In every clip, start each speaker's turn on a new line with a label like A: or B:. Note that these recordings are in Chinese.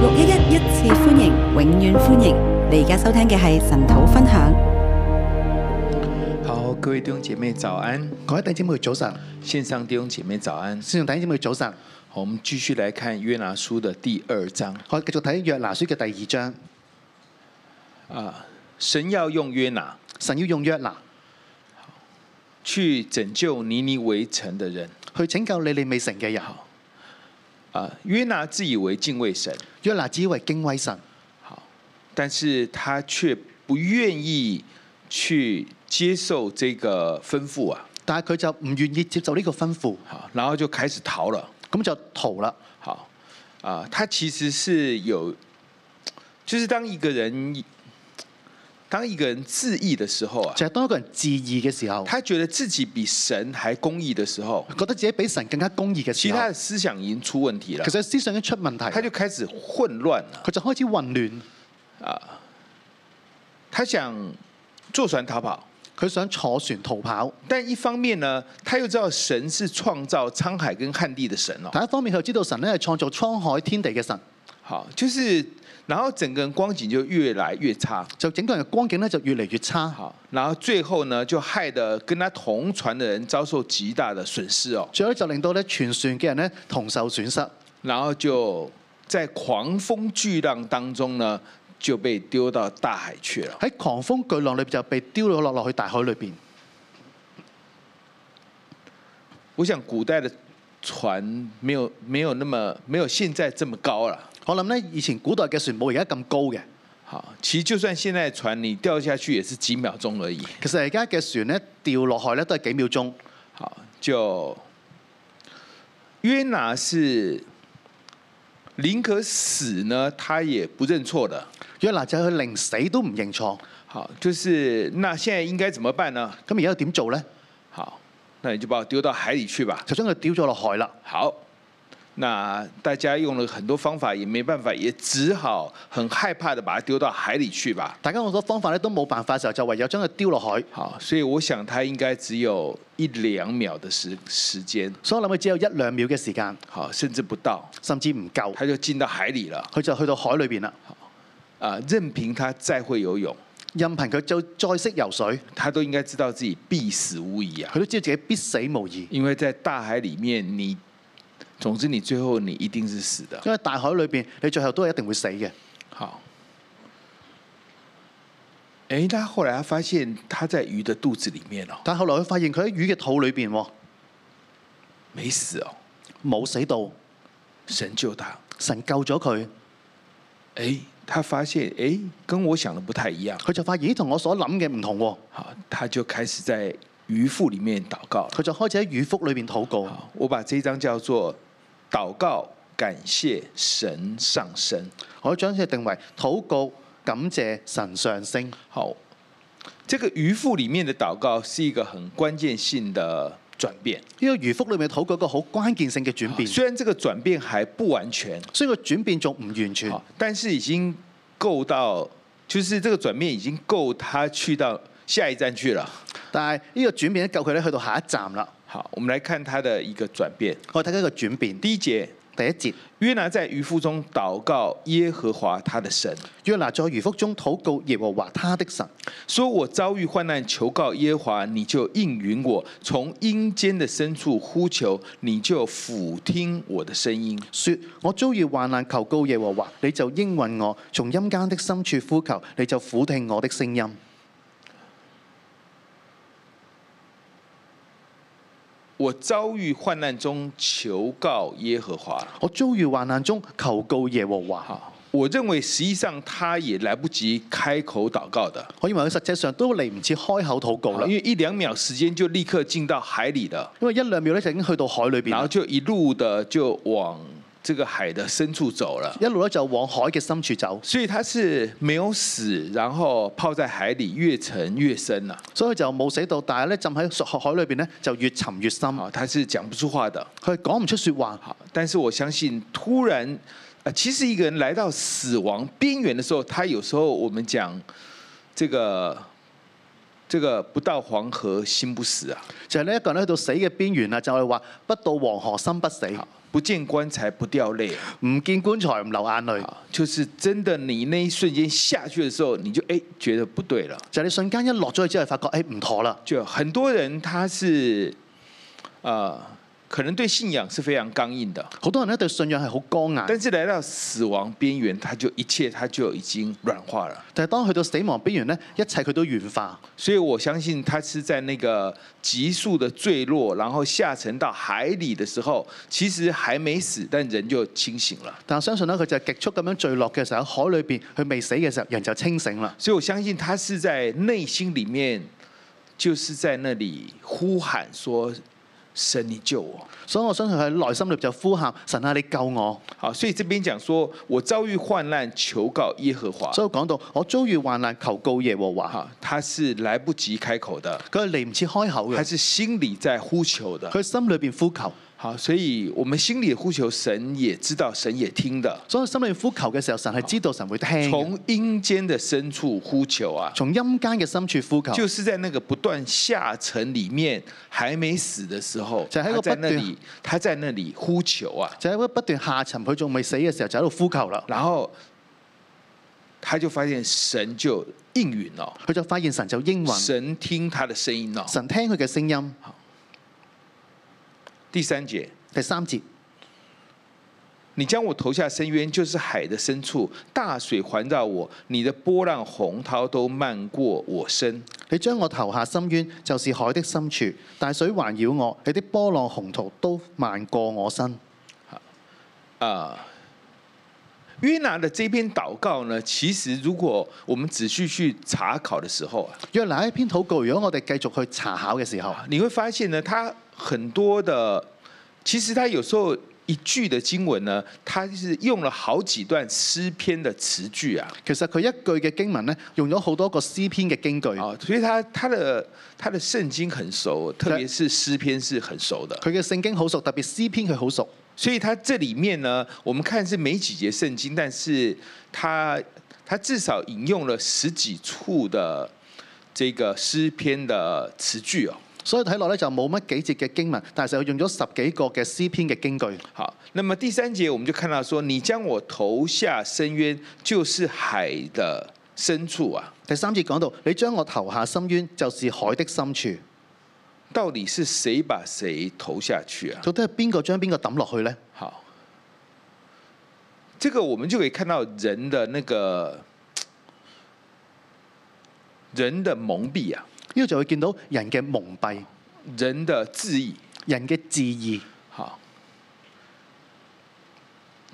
A: 六一一一次歡迎，永遠歡迎！你而家收聽嘅係神土分享。
B: 好，各位弟兄姐妹早安，
C: 各位弟兄姊妹早晨，
B: 线上弟兄姐妹早安。
C: 線上弟兄姊妹早晨，
B: 好，我們繼續來看約拿書的第二章
C: 我繼續睇約拿書嘅第二章。
B: 啊。神要用約拿
C: 神要用約拿
B: 去拯救尼尼微城的人
C: 去拯救尼尼微城嘅人。
B: 啊。約拿自以為敬畏神，
C: 約拿只以為敬畏神，
B: 但是他卻不願意去接受這個吩咐啊。
C: 但係佢就唔願意接受呢個吩咐，
B: 好，然後就開始逃了。
C: 咁就逃啦。
B: 好啊，他其實是有，就是當一個人當一個人自義的時候啊，
C: 就係、當一個人自義嘅時候，
B: 他覺得自己比神還公義的時候，
C: 覺得自己比神更加公義嘅時
B: 其實
C: 候
B: 他，的思想已經出問題了
C: 其，實思想已經出問題，
B: 他就開始混亂了。
C: 佢就開始混亂，
B: 他想坐船逃跑，
C: 佢想坐船逃跑。
B: 但一方面呢，他又知道神是創造滄海跟旱地的神哦。
C: 但一方面佢知道神咧係創造滄海天地嘅神，
B: 好，就是然後整個人光景就越來越差。
C: 就整個人嘅光景咧就越嚟越差。
B: 好，然後最後呢，就害得跟他同船的人遭受極大的損失哦。
C: 最後就令到咧全船嘅人咧同受損失，
B: 然後就在狂風巨浪當中呢，就被丟到大海去了。
C: 喺狂風巨浪裏邊就被丟咗落落去大海裏邊。
B: 我想古代的船沒有沒有那麼沒有現在這麼高了。
C: 我諗咧，以前古代嘅船冇而家咁高嘅，
B: 好，其實就算現在的船你掉下去也是幾秒鐘而已。
C: 其實而家嘅船咧掉落海咧都係幾秒鐘。
B: 好，就約拿是寧可死呢，他也不認錯的。
C: 約拿就係佢寧死都唔認錯，
B: 好，就是那現在應該怎麼辦呢？
C: 咁而家要點做咧？
B: 好，那你就把我丟到海裡去吧。
C: 就將佢丟咗落海啦。
B: 好，那大家用了很多方法也沒辦法，也只好很害怕的把它丟到海裡去吧。
C: 大家用好多方法咧都冇辦法嘅時候，就唯有將佢丟落海。
B: 好，所以我想他應該只有一兩秒的時時間，
C: 所以我諗佢只有一兩秒嘅時間，
B: 好，甚至不到，
C: 甚至唔夠，
B: 他就進到海裡了。
C: 佢就去到海裏邊啦。
B: 啊、任憑他再會游泳，
C: 任憑佢就再識游水，
B: 他都應該知道自己必死無疑啊
C: 佢。都知道自己必死無疑。
B: 因為在大海裡面，你，總之你最後你一定是死的。
C: 因為大海裏邊，你最後都係一定會死嘅。
B: 好。哎，他後來他發現他在魚的肚子裡面哦，
C: 但後來佢發現佢喺魚嘅肚裏邊喎，
B: 沒死哦，
C: 冇死到，
B: 神救他。
C: 神救咗佢，
B: 哎，他發現哎，跟我想的不太一樣。
C: 佢就發現咦同我所諗嘅唔同喎，
B: 好，他就開始在魚腹裡面禱告了。
C: 佢就開始喺魚腹裏邊禱告。
B: 好，我把這一章叫做禱告感謝神上升。
C: 我將佢定為禱告感謝神上升。
B: 好，這個魚腹裡面的禱告是一個很關鍵性的轉變。
C: 呢個魚腹裏面嘅禱告一個好關鍵性嘅轉變，
B: 雖然這個轉變還不完全，
C: 雖然個轉變仲唔完全，
B: 好，但是已經夠到，就是這個轉變已經夠他去到下一站去了。
C: 但係呢個轉變咧夠佢咧去到下一站啦。
B: 好，我們來看他的一個轉變。
C: 我睇緊個轉變，
B: 第一節，
C: 第一節，
B: 約拿在魚腹中禱告耶和華他的神，
C: 約拿在魚腹中禱告耶和華他的神，
B: 說我遭遇患難，求告耶和華，你就應允我；從陰間的深處呼求，你就俯聽我的聲音。
C: 說：我遭遇患難，求告耶和華，你就應允我；從陰間的深處呼求，你就俯聽我的聲音。
B: 我遭遇患難中求告耶和華。
C: 我遭遇患難中求告耶和華，
B: 好，我認為實際上他也來不及開口禱告的，
C: 我認為佢實際上都嚟唔切開口禱告啦
B: 因，為一兩秒時間就立刻進到海裡了，
C: 因為一兩秒咧就已經去到海裏邊
B: 然後
C: 啦，
B: 就一路的就往這個海的深處走了。
C: 一路咧就往海嘅深處走，
B: 所以他是沒有死，然後泡在海裡越沉越深啊了。
C: 所以就冇死到，但係咧浸喺海裏邊咧就越沉越深，
B: 好，他是講不出話的。
C: 佢講唔出説話。
B: 好，但是我相信，突然，呃，其實一個人來到死亡邊緣的時候，他有時候我們講這個這個不到黃河心不死啊。
C: 啊就係呢一個人咧去到死嘅邊緣啦，就係話不到黃河心不死。
B: 好，不见棺材不掉泪啊，
C: 唔見棺材唔流眼淚，
B: 啊就是真的，你那一瞬间下去的时候，你就哎觉得不对了。
C: 就係、你瞬間一落咗去之後，發覺誒唔妥啦。
B: 就很多人他是，呃，可能对信仰是非常刚硬的，
C: 好多人咧對信仰係好剛硬，
B: 但是来到死亡边缘，他就一切他就已经软化了。
C: 但係當去到死亡邊緣咧，一切佢都軟化。
B: 所以我相信他是在那个急速的坠落，然后下沉到海里的时候，其实还没死，但人就清醒了。
C: 但我相信咧，佢就係極速咁樣墜落嘅時候，喺海裏邊，佢未死嘅時候，人就清醒啦。
B: 所以我相信他是在内心里面，就是在那里呼喊说：“神，你救我
C: 所以我相信佢喺內心裏就呼喊：神啊，你救我！！”
B: 好，所以这边讲说，我遭遇患难，求告耶和华。
C: 所以我講到我遭遇患難，求告耶和華，
B: 好，他是来不及开口的，
C: 佢係嚟唔切開口
B: 他
C: 嘅，
B: 是心里在呼求的。
C: 佢心裏邊呼求。
B: 好，所以我们心里呼求，神也知道，神也听的。
C: 所以心裏邊呼求嘅時候，神係知道神會聽嘅。
B: 从阴间的深处呼求啊，
C: 從陰間嘅深處呼求，
B: 就是在那个不断下沉里面还没死的时候，
C: 在那
B: 他
C: 个
B: 在
C: 不
B: 那
C: 断
B: 里，他在那里呼求啊，
C: 就喺不斷下沉，佢仲未死嘅時候就喺度呼求啦。
B: 然后他就发现神就应允了，
C: 佢就發現神就應允，
B: 神听他的声音了。
C: 神聽佢嘅聲音。
B: 第三节，
C: 第三節，
B: 你将我投下深渊，就是海的深处，大水环绕我，你的波浪洪涛都漫过我身。
C: 你將我投下深淵，就是海的深處，大水環繞我，你的波浪洪濤都漫過我身。
B: 啊、约拿的这篇祷告呢，其实如果我们仔细去查考的时候啊，
C: 若拿一篇禱告，如果我哋繼續去查考嘅時候，
B: 你会发现呢，他很多的，其实他有时候一句的经文呢，他是用了好几段诗篇的词句啊，
C: 其實佢一句嘅經文咧，用咗好多個詩篇嘅經句，
B: 啊，所以他他的他的圣经很熟，特别是诗篇是很熟的，
C: 佢嘅聖經好熟，特別詩篇佢好熟。
B: 所以他这里面呢，我们看是没几节圣经，但是他他至少引用了十几处的这个诗篇的词句哦。
C: 所以睇落咧就冇乜幾節嘅經文，但係就用咗十幾個嘅詩篇嘅經句。
B: 好，那么第三节我们就看到说，你将我投下深渊，就是海的深处啊。
C: 第三節講到，你將我投下深淵，就是海的深處。
B: 到底是谁把谁投下去啊？
C: 到底係邊個將邊個抌落去呢？
B: 好，这个我们就可以看到人的那个人的蒙蔽啊，
C: 呢度就會見到人嘅蒙蔽、
B: 人的质疑。
C: 人嘅自義。
B: 好，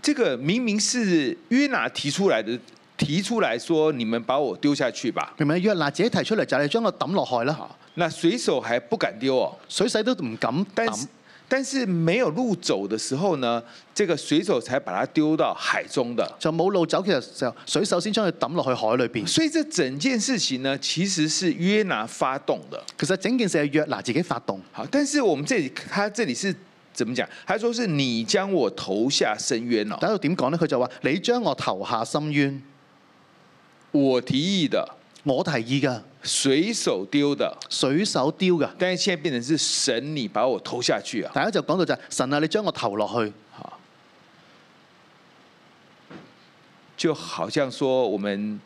B: 这个明明是约拿提出来的，提出来说你们把我丢下去吧。
C: 明明約拿自己提出嚟就係你將我抌落海啦，
B: 好，那水手还不敢丢哦，
C: 水洗都唔敢
B: 但是
C: 抌。
B: 但是没有路走的时候呢，这个水手才把它丢到海中的。
C: 就冇路走嘅時候，水手先將佢抌落去海裏邊。
B: 所以这整件事情呢，其实是约拿发动的。
C: 其實整件事係約拿自己發動，
B: 好，但是我们这里他这里是怎么讲？他说是你将我投下深渊哦，
C: 但喺度點講呢？佢就話：你將我投下深淵，
B: 我提议的，
C: 我提議㗎，
B: 随手丢的，
C: 水手丟㗎。
B: 但是现在变成是神你把我投下去啊。
C: 大家就講到就係、神啊，你將我投落去，
B: 好，就好像说我们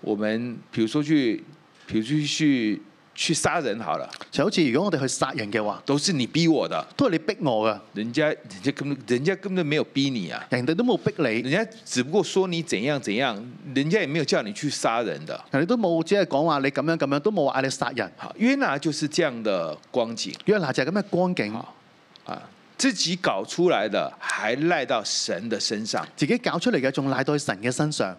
B: 我们比如说去，比如说去去杀人好了，
C: 就好似如果我哋去殺人嘅話，
B: 都是你逼我的，
C: 都係你逼我㗎，
B: 人家人家根本人家根本没有逼你啊。
C: 人哋都冇逼你
B: 人，家只不过说你怎样怎样，人家也没有叫你去杀人的。
C: 人哋都冇只係講話你咁樣咁樣，都冇話嗌你殺人。
B: 好，约拿就是这样的光景
C: 約拿就係咁嘅光景。
B: 啊，自己搞出来的，还赖到神的身上
C: 自己搞出嚟嘅仲賴到去神嘅身上。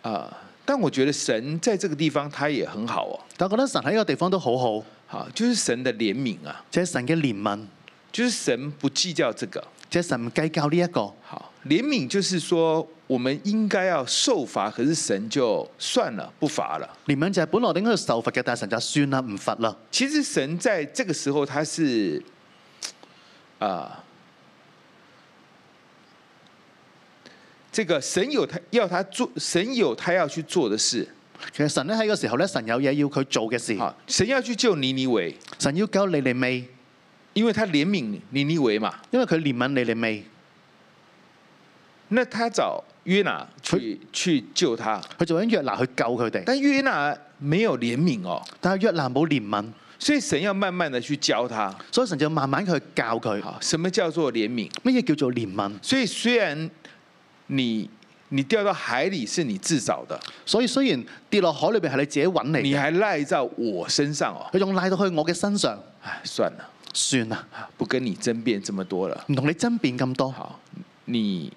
B: 啊。但我觉得神在这个地方他也很好哦，
C: 但我覺得神喺呢個地方都好好，
B: 好，就是神的怜悯啊，
C: 就係神嘅憐憫，
B: 就是神不计较这个。
C: 就係神唔計較呢、一個
B: 好，怜悯就是说我们应该要受罚，可是神就算了，不罚了。
C: 憐憫就係本來我哋應該要受罰嘅，但係神就算啦，唔罰啦。
B: 其实神在这个时候他是啊、这个神有他要他做，神有他要去做的事。
C: 其實神咧喺嗯
B: 啊
C: 個時候咧，神有嘢要佢做嘅事，
B: 好，神要去救尼尼维，
C: 神要救尼尼微，
B: 因为他怜悯尼尼维嘛。
C: 因為佢憐憫尼尼微，
B: 那他找约拿去去救他，
C: 佢就揾約拿去救佢哋。
B: 但约拿没有怜悯哦，
C: 但係約拿冇憐憫，
B: 所以神要慢慢的去教他。
C: 所以神就慢慢去教佢。
B: 好，什么叫做怜悯？
C: 乜嘢叫做憐憫？
B: 所以虽然你你掉到海里是你自找的，
C: 所以雖然跌落海裏邊係你自己揾嚟
B: 你
C: 嘅，
B: 还赖在我身上哦，
C: 佢仲賴到去我嘅身上，
B: 哎，算了，
C: 算啦，
B: 不跟你争辩这么多了。
C: 唔同你爭辯咁多。
B: 好，你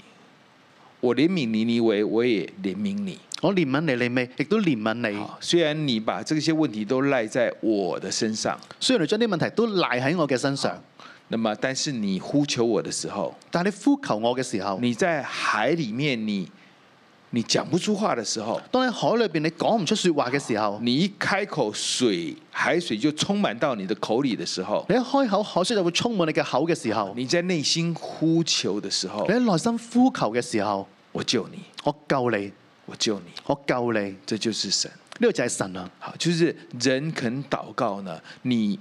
B: 我怜悯尼尼为，我也怜悯你。
C: 我憐憫尼尼微，亦都憐憫你。
B: 好，虽然你把这些问题都赖在我的身上，
C: 雖然你將啲問題都賴喺我嘅身上，
B: 那么但是你呼求我的时候，
C: 但係你呼求我嘅時候，
B: 你在海里面你你讲不出话的时候，
C: 當喺海裏邊你講唔出説話嘅時候，
B: 你一开口水海水就充满到你的口里的时候，
C: 你一開口，海水就會充滿你嘅口嘅時候，
B: 你在内心呼求的时候
C: 你，喺內心呼求嘅時候，
B: 我救你，
C: 我救你，
B: 我救你，
C: 我救你，呢
B: 这就是神。
C: 個就係神啊！
B: 好，就是人肯祷告呢，你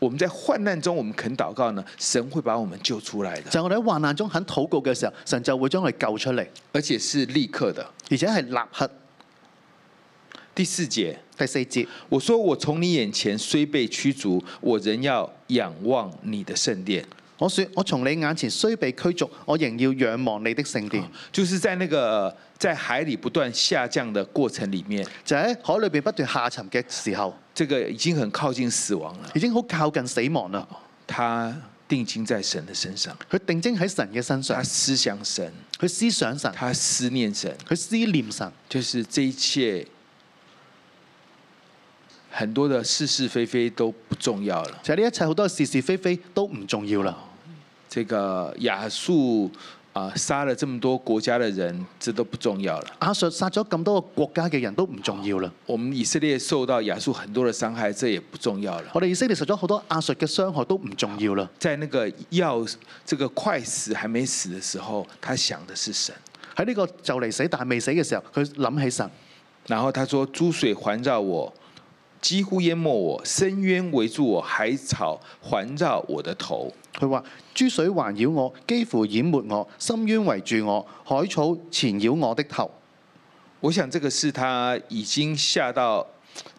B: 我们在患难中我们肯祷告呢，神会把我们救出来
C: 就
B: 的，
C: 係我哋喺患難中肯禱告嘅時候，神就會將我哋救出嚟，
B: 而且是立刻的。
C: 而且係立刻。
B: 第四节，
C: 第四節，
B: 我说我从你眼前虽被驱逐，我仍要仰望你的圣殿。
C: 我說：我從你眼前雖被驅逐，我仍要仰望你的聖殿。
B: 就是在那个在海里不断下降的过程里面，
C: 就喺海裏邊不斷下沉嘅時候，
B: 这个已经很靠近死亡了。
C: 已經好靠近死亡啦。
B: 他定睛在神的身上，
C: 佢定睛喺神嘅身上
B: 他，思想神，
C: 佢思想神，
B: 他思念神，
C: 佢思念神，
B: 就是这一切很多的是是非非都不重要了。
C: 就係呢一切好多是是非非都唔重要啦。
B: 这个亚述啊、杀了这么多国家的人，这都不重要了。
C: 亞述殺咗咁多個國家嘅人都唔重要啦。
B: 我们以色列受到亚述很多的伤害，这也不重要了。
C: 我哋以色列受咗好多亞述嘅傷害都唔重要啦。
B: 在那个要这个快死还没死的时候，他想的是神。
C: 喺呢個就嚟死但係未死嘅時候，佢諗起神。
B: 然后他说：“诸水环绕我，几乎淹没我；深渊围住我，海草环绕我的头。
C: 佢話：珠水環繞我，幾乎淹沒我；深淵圍住我，海草纏繞我的頭。”
B: 我想这个是他已经下到，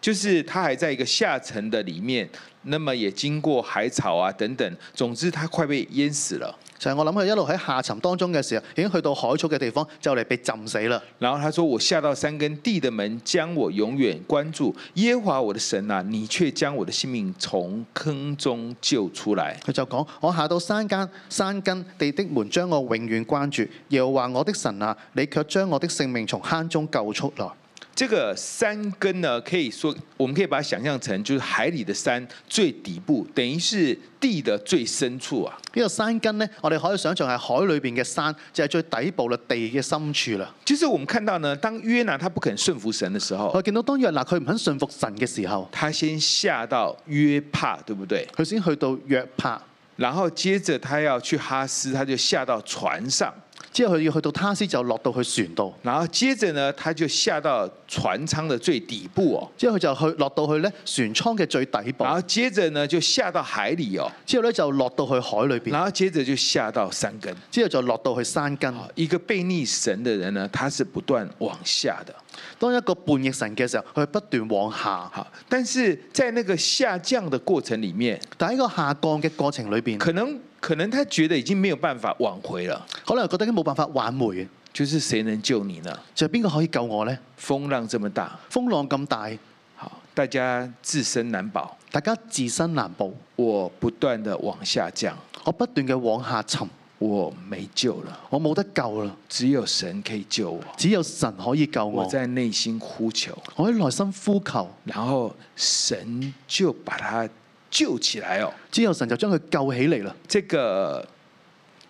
B: 就是他还在一个下沉的里面，那么也经过海草啊等等，总之他快被淹死了。
C: 就係我諗佢一路喺下沉當中嘅時候，已經去到海草嘅地方，就嚟被浸死啦。
B: 然后他说：“我下到三根地的门，将我永远关住。耶和华我的神啊，你却将我的性命从坑中救出来。
C: 佢就講：我下到山間山根地的門，將我永遠關住。耶和華我的神啊，你卻將我的性命從坑中救出來。”
B: 这个山根呢，可以说我们可以把它想象成就是海里的山最底部，等于是地的最深处啊。
C: 呢個山根呢，我哋可以想象係海裏邊嘅山，就係最底部啦，地嘅深處啦。
B: 就是我们看到呢，當約拿他不肯順服神的時候，
C: 我見到當約拿佢唔肯信服神嘅時候，
B: 他先下到約帕，對不對？
C: 佢先去到約帕，
B: 然後接着他要去哈斯，他就下到船上，
C: 之後佢要去到他斯就落到去船度，
B: 然後接着呢，他就下到船艙的最底部哦，
C: 之後佢就去落到去咧船艙嘅最底部
B: 然，後接着呢就下到海里哦，
C: 之後咧就落到去海裏邊，
B: 然後接着就下到山根。
C: 之後就落到去山根。
B: 啊，一個悖逆神的人呢，他是不斷往下的。
C: 當一個叛逆神嘅時候，佢不斷往下，
B: 好，但是在那個下降的過程裡面，
C: 但喺個下降嘅過程裏邊，
B: 可能可能他覺得已經沒有辦法挽回了，
C: 可能覺得已經冇辦法挽回嘅，
B: 就是誰能救你呢？
C: 就係邊個可以救我呢？
B: 風浪這麼大，
C: 風浪咁大，
B: 好，大家自身難保。
C: 大家自身難保，
B: 我不斷的往下降，
C: 我不斷嘅往下沉，
B: 我沒救了，
C: 我冇得救啦，
B: 只有神可以救我。
C: 只有神可以救
B: 我
C: 我。
B: 在內心呼求，
C: 我喺內心呼求，
B: 然後神就把他救起來哦。
C: 之後神就將佢救起嚟啦。
B: 這個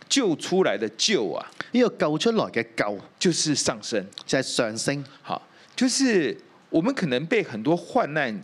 B: 救出來的救啊，
C: 呢、個救出來嘅救
B: 就是上升。
C: 就係上升，
B: 好，就是我們可能被很多患難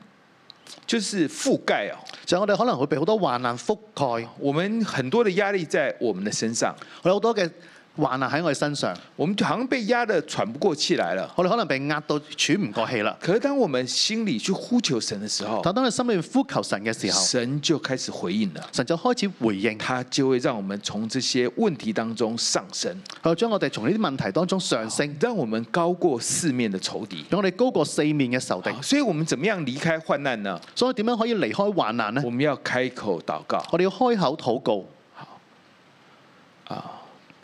B: 就是覆蓋哦，
C: 就係我哋可能會被好多患難覆蓋，
B: 我們很多的壓力在我們的身上，
C: 我有好多嘅患難喺我哋身上，
B: 我们就好像被压得喘不过气来了。
C: 我哋可能被壓到喘唔過氣啦。
B: 可是当我们心里去呼求神的时候，
C: 但當你心裏面呼求神嘅時候，
B: 神就开始回应了，
C: 神就開始回應，
B: 他就会让我们从这些问题當中上升，
C: 佢就將我哋從呢啲問題當中上升，
B: 让我们高过四面的仇敌。
C: 讓我哋高過四面嘅仇敵。
B: 好所以我们怎么样离开患难呢？
C: 所以點樣可以離開患難呢
B: 我？们要开口祷告，
C: 我哋要開口禱告，唔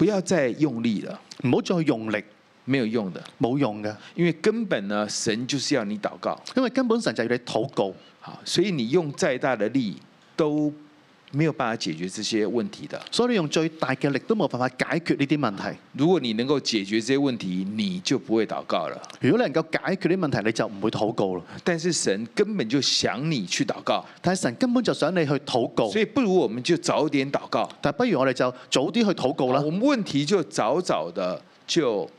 B: 不要再用力了，
C: 好再用力，
B: 没有用的，
C: 冇用嘅，
B: 因为根本呢，神就是要你祷告。
C: 因為根本神就要你禱告。
B: 好，所以你用再大的力都没有办法解决这些问题的。
C: 所以你用最大嘅力都冇辦法解決呢啲問題。
B: 如果你能够解决这些问题，你就不会祷告了。
C: 如果你能夠解決呢啲問題，你就唔會禱告啦。
B: 但是神根本就想你去祷告，
C: 但係神根本就想你去禱告
B: 所，以不如我们就早点祷告。
C: 但不如我哋就早啲去禱告啦
B: 我。们问题就早早的就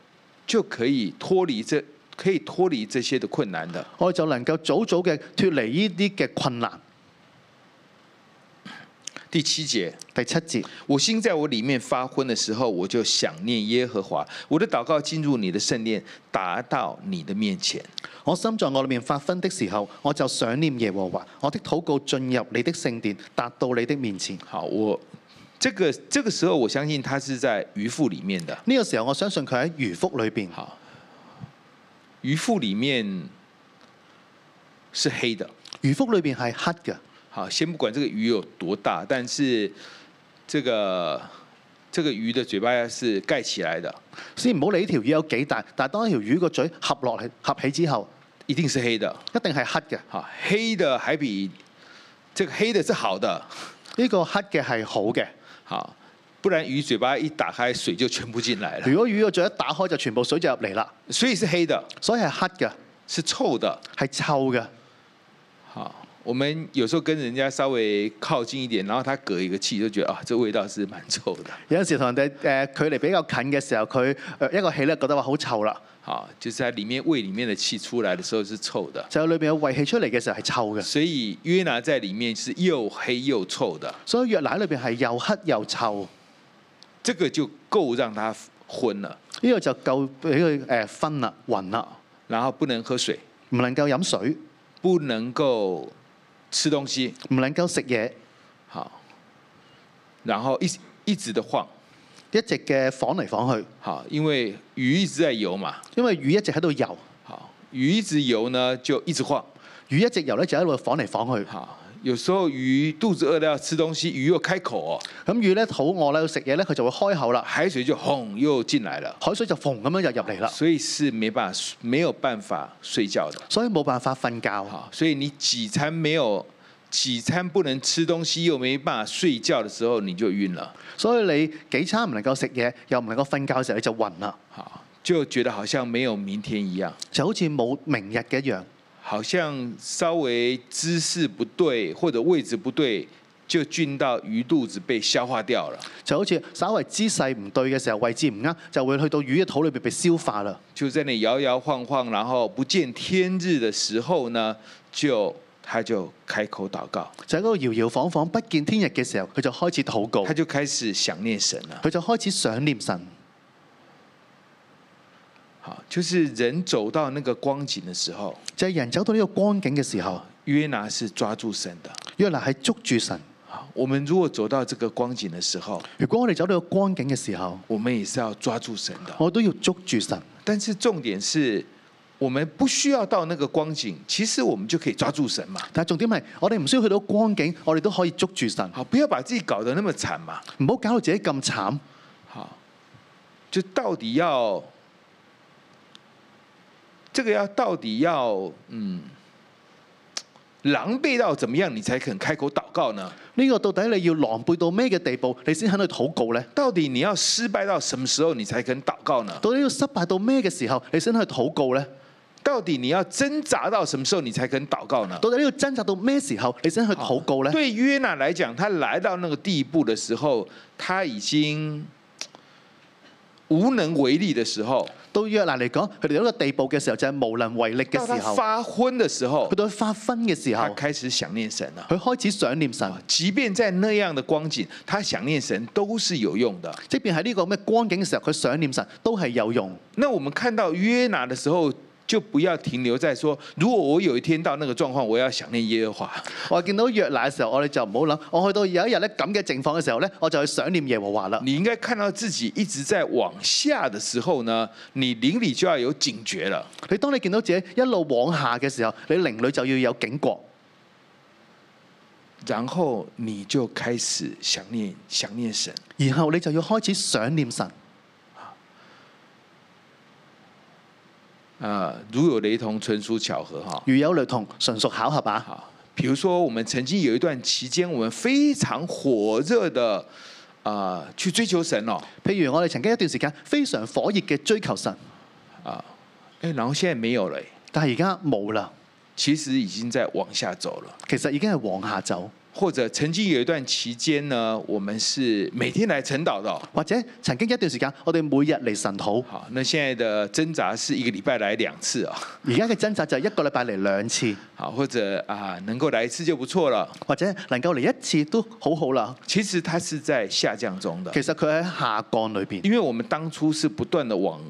B: 就可以脱离这可以脱离这些的困难的。
C: 我哋就能夠早早嘅脱離呢啲嘅困難。
B: 第七节，
C: 第七節，
B: 我心在我里面发昏的时候，我就想念耶和华，我的祷告进入你的圣殿，达到你的面前。
C: 我心在我裏面發昏的時候，我就想念耶和華，我的禱告進入你的聖殿，達到你的面前。
B: 好，我这个这个时候，我相信他是在渔腹里面的。
C: 呢、個時候，我相信佢喺魚腹裏邊，
B: 好，渔腹里面是黑的。
C: 魚腹裏邊係黑嘅。
B: 好，先不管这个鱼有多大，但是这个这个鱼的嘴巴是盖起来的，
C: 先唔好理呢條魚有幾大，但係當一條魚個嘴合落嚟合起之後，
B: 一定是黑的。
C: 一定係黑嘅。
B: 好，黑的还比这个黑的是好的。
C: 呢、個黑嘅係好嘅。
B: 好，不然鱼嘴巴一打開，水就全部進來了。
C: 如果魚個嘴一打開，就全部水就入嚟啦。
B: 所以是黑的，
C: 所以係黑嘅，
B: 是臭的。
C: 係臭嘅。
B: 好，我们有時候跟人家稍微靠近一點，然後他隔一個氣，就覺得啊，這味道是蠻臭的。
C: 有陣時同人哋誒、呃距離比較近嘅時候，佢、呃、一個氣咧覺得話好臭啦，
B: 好，就是它裡面胃裡面的氣出來的時候是臭的，
C: 就裏邊有胃氣出嚟嘅時候係臭嘅。
B: 所以約拿在裡面是又黑又臭的，
C: 所以藥奶裏邊係又黑又臭，
B: 這個就夠讓他昏了，
C: 呢、個就夠俾佢誒昏啦、暈啦，
B: 然後不能喝水，
C: 唔能夠飲水，
B: 不能夠吃東西，
C: 唔能夠食嘢，
B: 好，然後一一直的晃，
C: 一直嘅晃嚟晃去，
B: 好，因為魚一直在游嘛，
C: 因為魚一直喺度游，
B: 好，魚一直游呢就一直晃，
C: 魚一直游咧就喺度晃嚟晃去。
B: 好，有時候魚肚子餓了要吃東西，魚又開口哦，
C: 咁魚咧肚餓咧要食嘢咧，佢就會開口啦，
B: 海水就轟又進來了。
C: 海水就縫咁樣就入嚟啦，
B: 所以是没办法没有辦法睡覺的。
C: 所以冇辦法瞓覺。
B: 好，所以你幾餐沒有幾餐不能吃東西，又沒辦法睡覺的時候，你就暈了。
C: 所以你幾餐唔能夠食嘢，又唔能夠瞓覺嘅時候，你就暈啦，
B: 好，就覺得好像沒有明天一樣，
C: 就好似冇明日嘅一樣。
B: 好像稍微姿勢不對或者位置不對，就進到魚肚子被消化掉了，
C: 就好似稍為姿勢唔對嘅時候，位置唔啱，就會去到魚嘅肚裏邊被消化啦。
B: 就在那裡搖搖晃晃，然後不見天日的時候呢，就他就開口禱告，
C: 就喺嗰度搖搖晃晃、不見天日嘅時候，佢就開始禱告
B: 他，就開始想念神了。
C: 佢就開始想念神。
B: 好，就是人走到那個光景的時候，
C: 就係、人走到呢個光景嘅時候，
B: 約拿是抓住神的。
C: 約拿係捉住神。
B: 好，我們如果走到這個光景的時候，
C: 如果我哋走到呢個光景嘅時候，
B: 我們也是要抓住神的。
C: 我都要捉住神。
B: 但是重點是，我們不需要到那個光景，其實我們就可以抓住神嘛。
C: 但係重點係，我哋唔需要去到光景，我哋都可以捉住神，
B: 好，不要把自己搞得那麼慘嘛。
C: 唔好搞到自己咁慘。
B: 好，就到底要這個要到底要嗯狼狽到怎麼樣，你才肯開口禱告呢？
C: 呢、個到底你要狼狽到咩嘅地步，你先肯去禱告呢？
B: 到底你要失敗到什麼時候，你才肯禱告呢？
C: 到底要失敗到咩嘅時候，你先去禱告呢？
B: 到底你要掙扎到什麼時候，你才肯禱告呢？
C: 到底你要掙扎到咩時候，你先去禱告呢？
B: 对约拿来讲，他来到那个地步的时候，他已经嘖无能为力的时候，
C: 到約拿嚟講，佢哋到一個地步嘅時候，就係無能為力嘅
B: 到他
C: 時候，
B: 發昏的時候
C: 佢，到佢發昏嘅時候
B: 他，開始想念神了。
C: 佢開始想念神。
B: 啊即便在那樣的光景，他想念神都是有用的。
C: 即便喺呢個咩光景嘅時候，佢想念神都係有用。
B: 那我們看到約拿的時候，就不要停留在說，如果我有一天到那個狀況，我要想念耶和華。
C: 我見到約拿嘅時候，我哋就唔好諗，我去到有一日咧咁嘅情況嘅時候咧，我就去想念耶和華啦。
B: 你應該看到自己一直在往下的時候呢，你靈裡就要有警覺了。
C: 你當你見到自己一路往下嘅時候，你靈裏就要有警覺，
B: 然後你就開始想念想念神。
C: 然後你就要開始想念神。
B: 啊、如有雷同，純屬巧合哈。
C: 如有雷同，純屬巧合啊！
B: 好，比如說我們曾經有一段期間，我們非常火熱的啊、去追求神哦，
C: 譬如我哋曾經一段時間非常火熱嘅追求神，
B: 哎，然後現在沒有了，哎
C: 但係而家冇啦，
B: 其實已經在往下走了。
C: 其實已經係往下走。
B: 或者曾經有一段期間呢，我們是每天來晨禱的哦、
C: 或者曾經一段時間，我哋每日嚟神討，
B: 好，那現在的掙扎是一個禮拜來兩次啊、
C: 而家嘅掙扎就係一個禮拜嚟兩次，
B: 好，或者啊能夠來一次就不錯了。
C: 或者能夠嚟一次都好好啦。
B: 其實它是在下降中的
C: 其，實佢喺下降裏邊，
B: 因為我們當初是不斷的往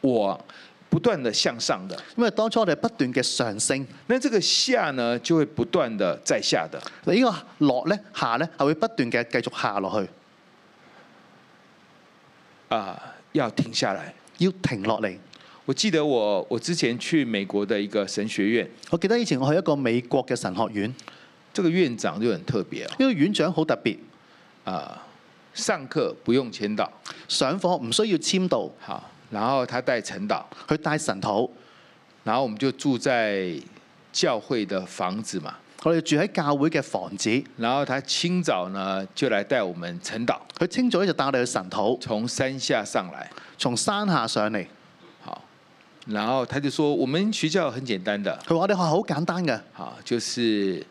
B: 我不斷的向上的，
C: 因為當初我哋不斷嘅上升，
B: 那這個下呢就會不斷的再下的。
C: 呢個落咧下咧係會不斷嘅繼續下落去，
B: 啊，要停下來。
C: 要停落嚟。
B: 我記得我我之前去美國的一個神學院，
C: 我記得以前我去一個美國嘅神學院，呢、
B: 這個院長就很特別哦
C: 個院長好特別，
B: 啊，上課不用簽到，
C: 上課唔需要簽到，
B: 好，然後他帶晨導，
C: 佢帶神討，
B: 然後我們就住在教會的房子嘛，
C: 我哋住喺教會嘅房子，
B: 然後他清早呢就來帶我們晨導，
C: 佢清早咧就帶我哋去神討，
B: 從山下上來，
C: 從山下上嚟。
B: 好，然後他就說我們學校很簡單的，
C: 佢話我哋學校好簡單嘅，
B: 好，就是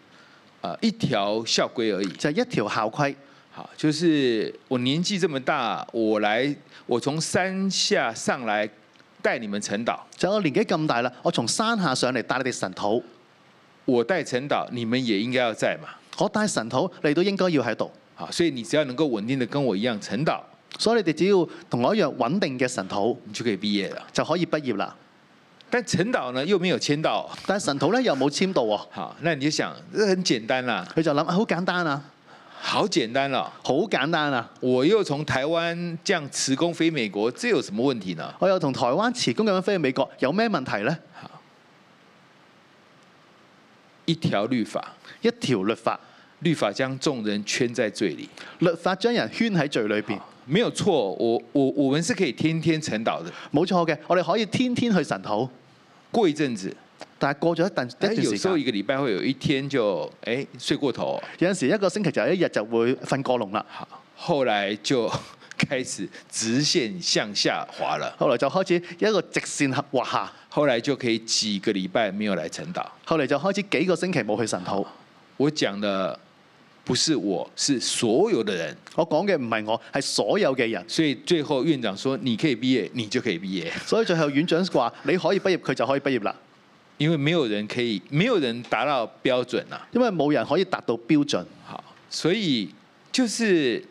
B: 啊一條校規而已。
C: 就係、一條校規。
B: 好，就是我年紀這麼大，我來，我從山下上來帶你們晨導，
C: 就我年紀咁大啦，我從山下上嚟帶你哋神土，
B: 我帶晨導，你們也應該要在嘛。
C: 我帶神土，你都應該要喺度。
B: 好，所以你只要能夠穩定的跟我一樣晨導，
C: 所以你哋只要同我一樣穩定嘅神土
B: 你就可以畢業了。
C: 就可以畢業啦。
B: 但晨導呢又沒有簽到，
C: 但係神土咧又冇簽到喎，
B: 好，那你就想這很簡單啦，
C: 佢就諗啊好簡單啊，
B: 好簡單了。
C: 好簡單啊！
B: 我又從台灣這樣辭工飛美國，這有什麼問題呢？
C: 我又同台灣辭工咁樣飛去美國，有咩問題呢？
B: 一條律法，
C: 一條律法，
B: 律法將眾人圈在罪裡，
C: 律法將人圈喺罪裏邊，
B: 沒有錯。我我我們是可以天天晨導的，
C: 冇錯嘅。我哋可以天天去神土，
B: 過一陣子。
C: 但係過咗一陣一
B: 但
C: 段
B: 哎有
C: 時
B: 時候一
C: 間，
B: 個禮拜會有一天就哎、睡過頭，
C: 有陣時一個星期就有一日就會瞓過籠啦。
B: 好，後來就 開始直線向下滑了，
C: 後來就開始一個直線滑下，
B: 後來就可以幾個禮拜沒有來晨禱。
C: 後嚟就開始幾個星期冇去神土。
B: 我講的不是我，是所有的人，
C: 我講嘅唔係我，係所有嘅人。
B: 所以最後院長說你可以畢業，你就可以畢業，
C: 所以最後院長話：你可以畢業，佢就可以畢業啦，
B: 因為沒有人可以，沒有人達到標準啊。
C: 因為冇人可以達到標準。
B: 好，所以就是。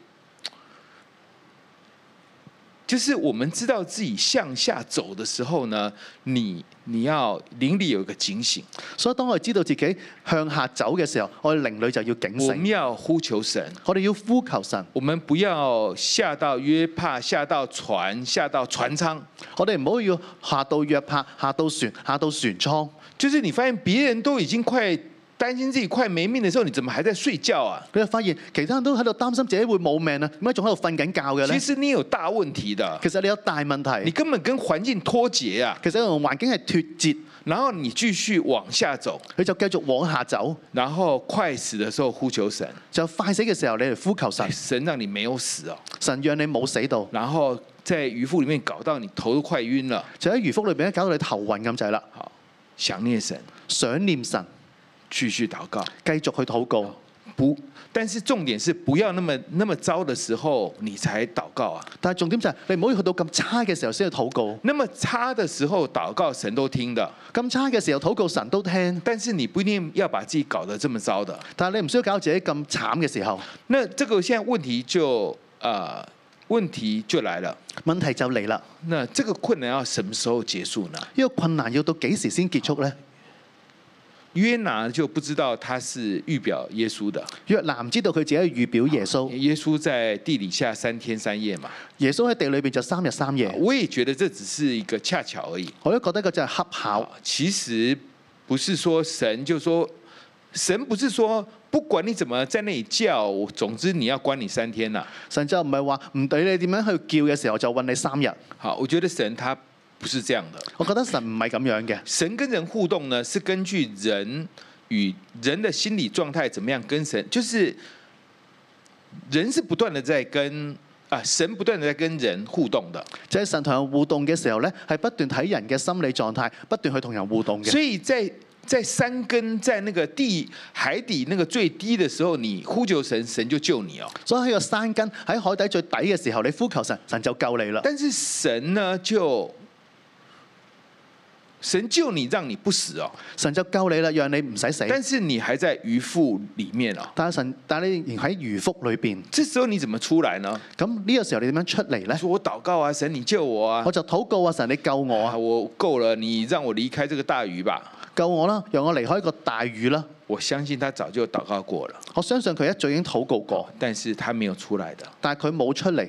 B: 就是我們知道自己向下走的時候呢，你你要靈裡有一個警醒，
C: 所以當我哋知道自己向下走嘅時候，我哋靈裏就要警
B: 我們
C: 醒，
B: 要呼求神，
C: 我哋要呼求神，
B: 我們不要下到約帕，下到船，下到船艙。
C: 我哋唔好要下到約帕、下到船、下到船艙。
B: 就是你發現別人都已經快擔心自己快沒命的時候，你怎麼還在睡覺啊？
C: 佢就發現其他人都喺度擔心自己會冇命啊，點解仲喺度瞓緊覺嘅
B: 其
C: 咧？
B: 實你有大問題的，
C: 其實你有大問
B: 你
C: 題，
B: 根本跟環境脫節啊。
C: 其實同環境係脱節，
B: 然後你繼續往下走，
C: 佢就繼續往下走，
B: 然後快死的時候呼求神，
C: 就快死嘅時候你嚟呼求神
B: 哎，神讓你沒有死哦。
C: 神讓你冇死到，
B: 然後在魚腹裡面搞到你頭都快暈了，
C: 就喺魚腹裏邊搞到你頭暈咁滯啦。
B: 好，想念神，
C: 想念神，
B: 繼續禱告。
C: 繼續去禱告。
B: 不，但是重点是不要那么那么糟的时候你才祷告啊，
C: 但係重點就係、你唔好去到咁差嘅時候先去禱告，
B: 那么差的时候祷告神都听的，
C: 咁差嘅時候禱告神都聽，
B: 但是你不一定要把自己搞得这麼糟的。
C: 但係你唔需要搞自己咁慘嘅時候，
B: 那这个现在问题就呃问题就来了，
C: 問題就嚟啦。
B: 那这个困难要什么时候结束呢？
C: 呢個困難要到幾時先結束呢？
B: 约拿就不知道他是预表耶稣的，
C: 若男知道佢自己預表耶穌，
B: 耶稣在地底下三天三夜嘛，
C: 耶穌喺地裏邊就三日三夜。
B: 我也覺得這只是一個恰巧而已。
C: 我都覺得個就係恰巧，
B: 啊其實不是說神就說，神不是說不管你怎么在那里叫，總之你要關你三天啦、
C: 神就唔係話唔對你點樣去叫嘅時候就韞你三日。
B: 好，我覺得神他不是這樣的。
C: 我覺得神唔係咁樣嘅，
B: 神跟人互動呢，是根據人與人的心理狀態怎麼樣跟神，就是人是不斷的在跟啊、神不斷的在跟人互動的。
C: 就係、神同人互動嘅時候呢，係不斷睇人嘅心理狀態，不斷去同人互動嘅
B: 所。以在在山根在那個地海底那個最低的時候，你呼求神，神就救你哦。
C: 所以喺個山根喺海底最底嘅時候，你呼求神，神就救你啦。
B: 但是神呢，就神救你，讓你不死哦。
C: 神就救你啦，讓你唔使死。
B: 但是你還在漁腹裡面哦。
C: 但係神，但係你仍喺魚腹裏邊。
B: 這時候你怎麼出來呢？
C: 咁呢個時候你點樣出嚟呢？
B: 說我禱告啊，神你救我啊
C: 我，就禱告啊，神你救我
B: 啊
C: 啊，
B: 我夠了，你讓我離開這個大魚吧。
C: 救我啦，讓我離開個大魚啦。
B: 我相信他早就禱告過了，
C: 我相信佢一早已經禱告過，
B: 但是他沒有出來的。
C: 但係佢冇出嚟。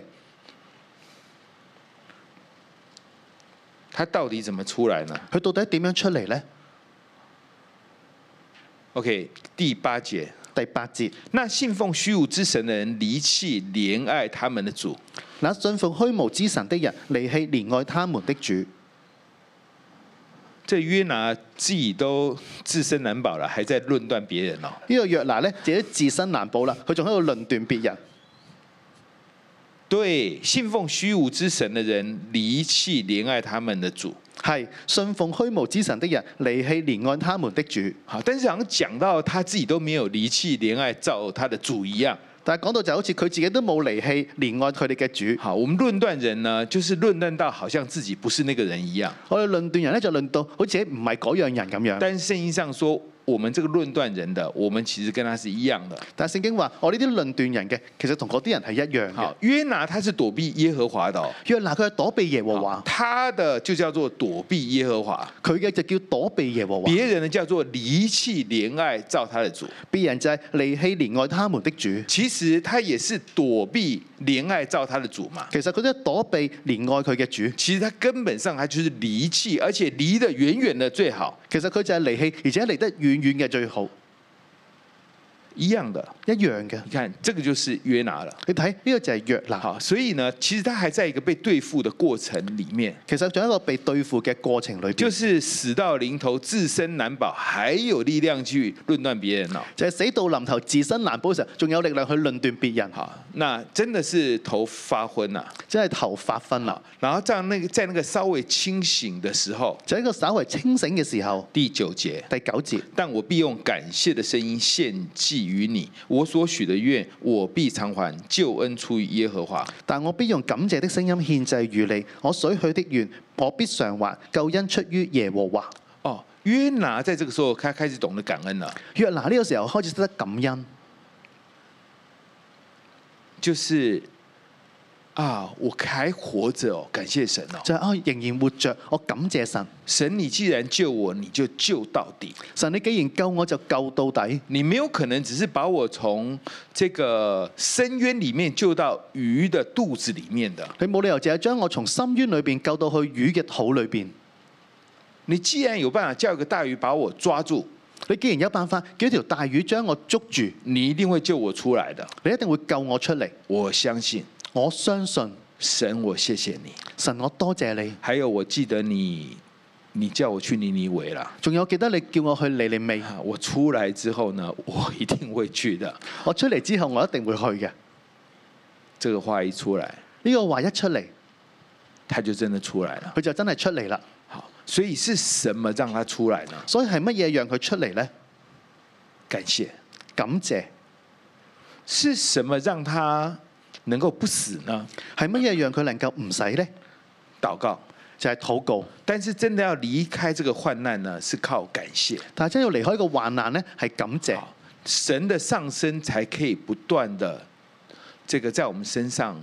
B: 他到底怎麼出來呢
C: 佢到底點樣出嚟呢？
B: ？OK，第八節。
C: 第八節，
B: 那信奉虛無之神的人離棄憐愛他們的主，
C: 那信奉虛無之神的人，離棄憐愛他們的主。
B: 這約拿自己都自身難保了，還在論斷別人哦。
C: 呢、個約拿呢，自己自身難保啦，佢仲喺度論斷別人。
B: 對，信奉虛無之神的人離棄憐愛他們的主。
C: 係信奉虛無之神的人，離棄憐愛他們的主。
B: 好，但是好像講到他自己都沒有離棄憐愛照他的主一樣。
C: 但係講到就好似佢自己都冇離棄憐愛佢哋嘅主。
B: 好，我們論斷人呢，就是論斷到好像自己不是那個人一樣。
C: 我哋論斷人呢，就論到好似唔係嗰樣人咁樣。
B: 但是聖經上說，我們這個論斷人的，我們其實跟他是一樣的。
C: 但係聖經話，我呢啲論斷人嘅，其實同嗰啲人係一樣嘅
B: 好。，約拿他是躲避耶和華的、哦。
C: 約拿佢係躲避耶和華，
B: 他的就叫做躲避耶和華，
C: 佢嘅就叫躲避耶和華。
B: 別人的叫做離棄憐愛照他的主。
C: 別人就係離棄憐愛他們的主。
B: 其實他也是躲避憐愛照他的主嘛。
C: 其實佢都係躲避憐愛佢嘅主。
B: 其實他根本上他就是離棄，而且離得遠遠的最好，
C: 其實佢就係離棄，而且離得遠遠嘅最好，
B: 一樣的。
C: 一樣嘅。
B: 你看，這個就是約拿了。
C: 你睇呢個就係約拿，
B: 好，所以呢，其實他還在一個被對付的過程裡面，
C: 其實仲有一個被對付嘅過程裏邊。
B: 就是死到臨頭，自身難保，還有力量去論斷別人哦。
C: 就係死到臨頭自身難保嘅時候，仲有力量去論斷別人，
B: 好，那真的是頭發昏了、
C: 真係頭髮昏啦。
B: 然後在那個在那個稍微清醒的時候，
C: 就喺個稍為清醒嘅時候，
B: 第九節，
C: 第九節，
B: 但我必用感謝的聲音獻祭於你，我所許的願我必償還，救恩出於耶和華。
C: 但我必用感謝的聲音獻祭於你，我水許的願，我必償還，救恩出於耶和華。
B: 哦，約拿在這個時候他開始懂得感恩了，
C: 約拿呢個時候開始識得感恩，
B: 就是啊，我還活着哦，感謝神哦，
C: 就係、啊仍然活着，我感謝神，
B: 神你既然救我，你就救到底，
C: 神你既然救我就救到底，
B: 你沒有可能只是把我從這個深淵裡面救到魚的肚子裡面的。
C: 你冇理由淨係將我從深淵裏邊救到去魚嘅肚裏邊。
B: 你既然有辦法叫一個大魚把我抓住，
C: 你既然有辦法叫條大魚將我捉住，
B: 你一定會救我出來的。
C: 你一定會救我出嚟，
B: 我相信
C: 我相信。
B: 神，我謝謝你。
C: 神，我多謝你。
B: 還有，我記得你，你叫我去尼尼微啦。
C: 仲有記得你叫我去尼尼微，
B: 啊我出來之後呢，我一定會去的。
C: 我出嚟之後我一定會去嘅。
B: 這個話一出來，
C: 呢、個話一出嚟，
B: 他就真的出來了。
C: 佢就真係出嚟啦。
B: 好，所以是什麼讓他出來呢？
C: 所以係乜嘢讓佢出嚟呢？
B: 感謝，
C: 感謝，
B: 是什么让他能够不死呢？
C: 係乜嘢讓佢能夠唔使呢？
B: 祷告。
C: 就係、禱告。
B: 但是真的要离开这个患难呢，是靠感谢。
C: 但係真係要離開個患難呢，係感謝。
B: 好神的上升才可以不断的，这个在我们身上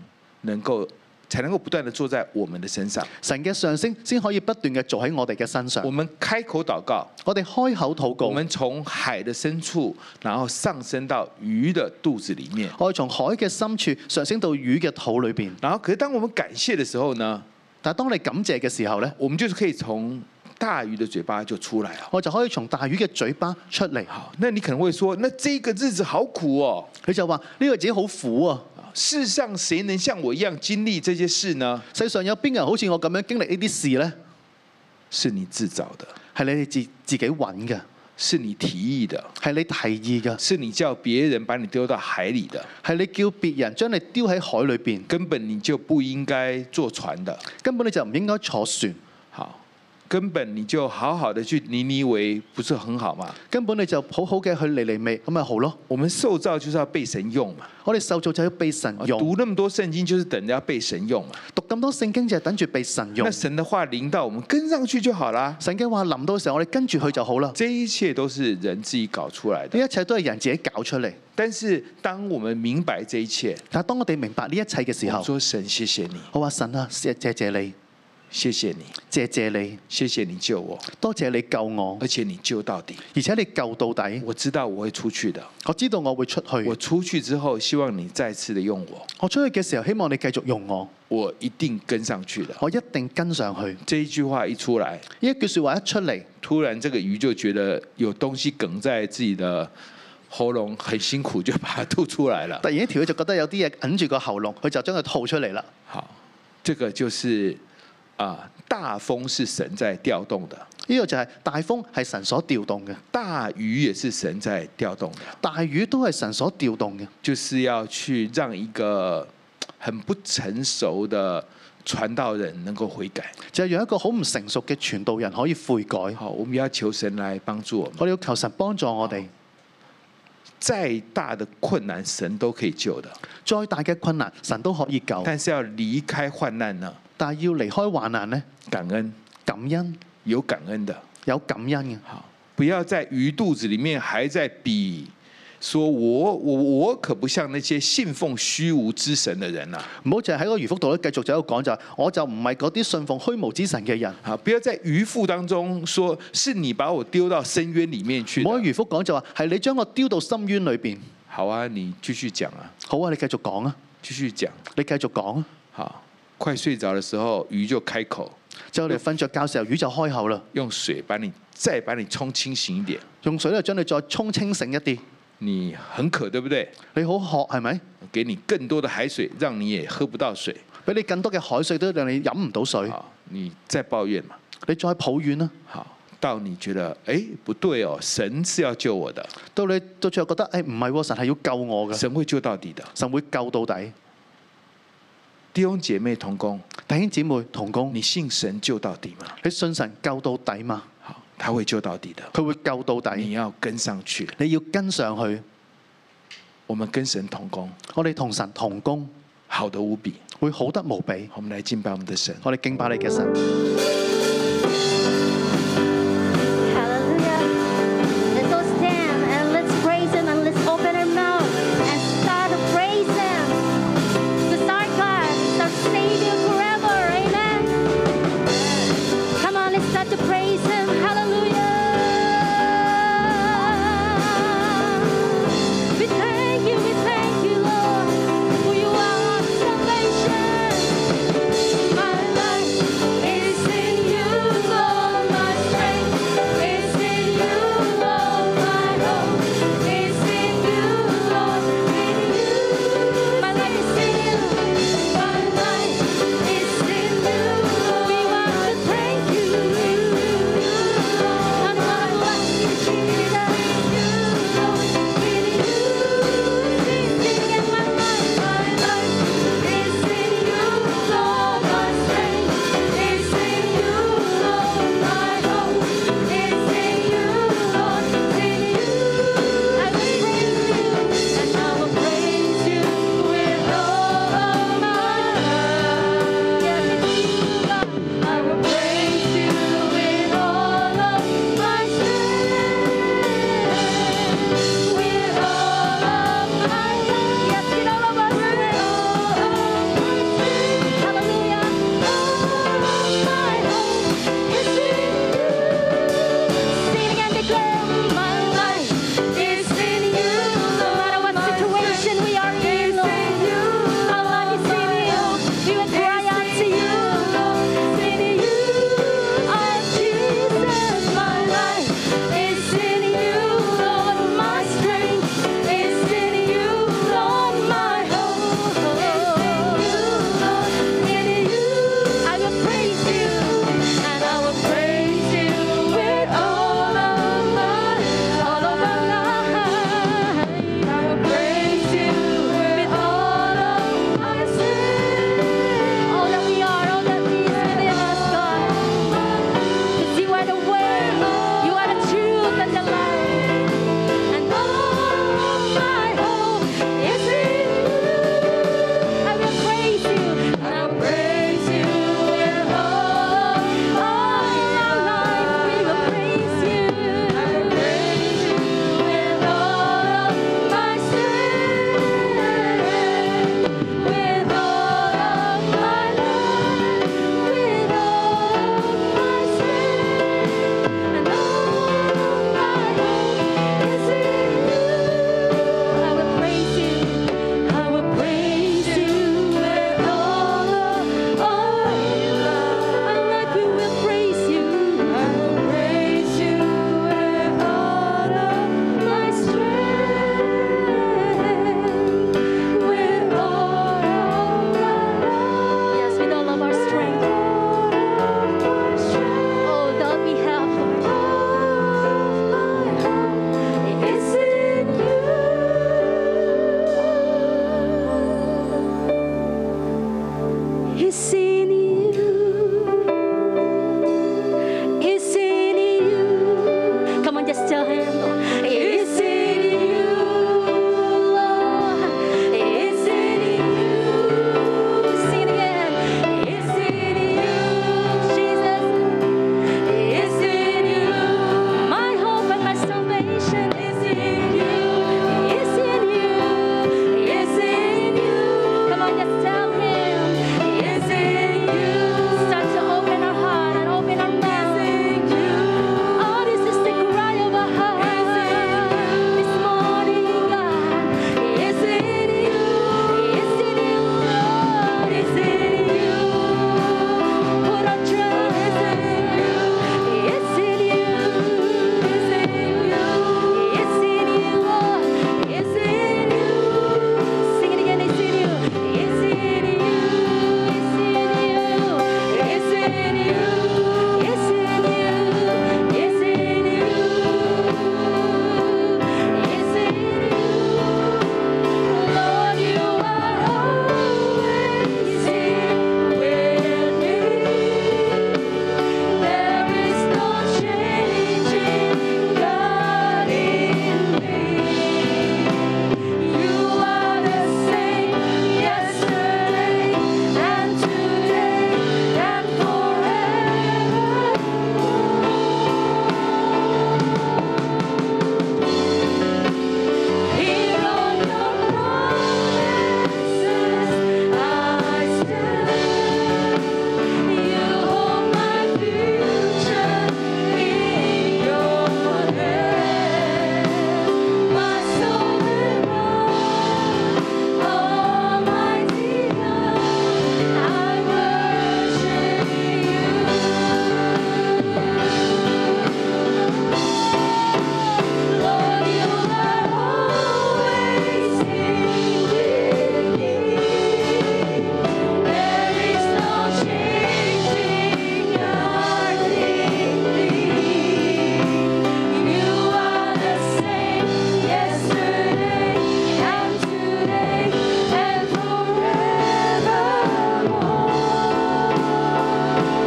B: 能够，才能够不断的坐在我们的身上。
C: 神嘅上升先可以不斷嘅做喺我哋嘅身上
B: 我。们开口祷告，
C: 我哋開口禱
B: 我
C: 告，
B: 们從海的深處，然後上升到魚的肚子裡面。
C: 我哋從海嘅深處上升到魚嘅肚裏邊。
B: 然後，可是當我們感謝的時候呢，
C: 但係當你感謝嘅時候呢，
B: 我們就是可以從大魚的嘴巴就出來了。
C: 我就可以從大魚嘅嘴巴出嚟。
B: 好，那你可能會說，那這個日子好苦哦，
C: 佢就話：呢、個自己好苦啊！
B: 世上誰能像我一樣經歷這些事呢？
C: 世上有邊個人好似我咁樣經歷呢啲事呢？
B: 是你自找的，
C: 係你哋自自己揾嘅，
B: 是你提議的，
C: 係你提議嘅，
B: 是你叫別人把你丟到海裡的，
C: 係你叫別人將你丟喺海裏邊，
B: 根本你就不應該坐船的。
C: 根本你就唔應該坐船，
B: 好，根本你就好好的去尼尼微，不是很好嗎？
C: 根本你就好好嘅去尼尼味，咁咪好咯。
B: 我們受造就是要被神用嘛，
C: 我哋受造就要被神用，
B: 读那么多圣經就是等着要被神用嘛。
C: 讀咁多聖經就係等住被神用
B: 那。神的話臨到我們跟上去就好啦。
C: 神嘅話臨到嘅時候，我哋跟住佢就好啦。
B: 這一切都是人自己搞出來的
C: 呢。一切都係人自己搞出嚟。
B: 但是當我們明白這一切，
C: 但係當我哋明白呢一切嘅時
B: 我
C: 候
B: 們，說神謝謝你，
C: 我話神啊，謝謝謝你，
B: 謝謝你，
C: 謝謝你，
B: 謝謝你救我，
C: 多謝你救我，
B: 而且你救到底。
C: 而且你救到底。
B: 我知道我會出去的，
C: 我知道我會出
B: 我
C: 去，
B: 出去之後希望你再次的用我，
C: 我出去嘅時候希望你繼續用我，
B: 我一定跟上去的。
C: 我一定跟上去。呢
B: 這一句話一出來，
C: 一句説話一出嚟，
B: 突然这個魚就覺得有東西梗在自己的喉嚨，很辛苦就把它吐出來了
C: 突。然一條佢就覺得有啲嘢揞住個喉嚨，佢就將佢吐出嚟啦。
B: 好，这個就是啊、大風是神在調動的，
C: 呢個就係大風係神所調動嘅，
B: 大魚也是神在調動的，
C: 大魚都係神所調動嘅，
B: 就是要去讓一個很不成熟的傳道人能夠悔改。
C: 就係讓一個好唔成熟嘅傳道人可以悔改。我
B: 好，我們要求神來幫助我們，
C: 哋要求神幫助我哋，
B: 再大的困難神都可以救的，
C: 再大嘅困難神都可以救，
B: 但是要離開患難呢，
C: 但係要離開患難呢，
B: 感恩
C: 感恩
B: 有感恩的。
C: 有感恩嘅，
B: 好，不要在鱼肚子里面还在比，说我我我可不像那些信奉虚无之神的人呐、啊。
C: 唔好就係喺個魚腹度咧繼續就喺度講就係我就唔係嗰啲信奉虛無之神嘅人。
B: 不要在渔腹当中说是你把我丢到深渊里面去
C: 唔好喺
B: 的。
C: 漁夫講就話係你將我丟到深淵裏邊。
B: 好啊，你继续讲啊，
C: 好啊，你繼續講啊，
B: 继续讲。
C: 你繼續講啊。
B: 好，快睡着的时候，鱼就开口，
C: 就你瞓着覺時候，魚就開口啦，
B: 用水把你再把你冲清醒一点。
C: 用水咧將你再沖清醒一啲。
B: 你很渴，对不对？
C: 你好渴係咪？
B: 给你更多的海水，让你也喝不到水。
C: 俾你更多嘅海水都讓你飲唔到水，
B: 好，你再抱怨嘛。
C: 你再抱怨啦。
B: 好，到你觉得哎不对哦，神是要救我的，
C: 到你到最後覺得誒唔係喎，神係要救我嘅，
B: 神会救到底的。
C: 神會救到底。
B: 弟兄姐妹同工，
C: 弟兄姊妹同工，
B: 你信神救到底吗？
C: 你信神救到底嘛？
B: 好，他会救到底的。
C: 佢會救到
B: 你
C: 底，
B: 要跟上去，
C: 你要跟上去。
B: 我们跟神同工，
C: 我哋同神同工，
B: 好的无比。
C: 會好得無比。
B: 我们来敬拜我们的神。
C: 我哋敬拜你嘅神。
D: Hallelujah. Let's all stand and let's praise Him and let's open our mouth and start to praise Him. This is our God, He's our Savior forever. Amen. Come on, let's start to praise Him. Hallelujah. We thank you, we thank you, Lord, for you are our salvation. My life is in
E: Oh,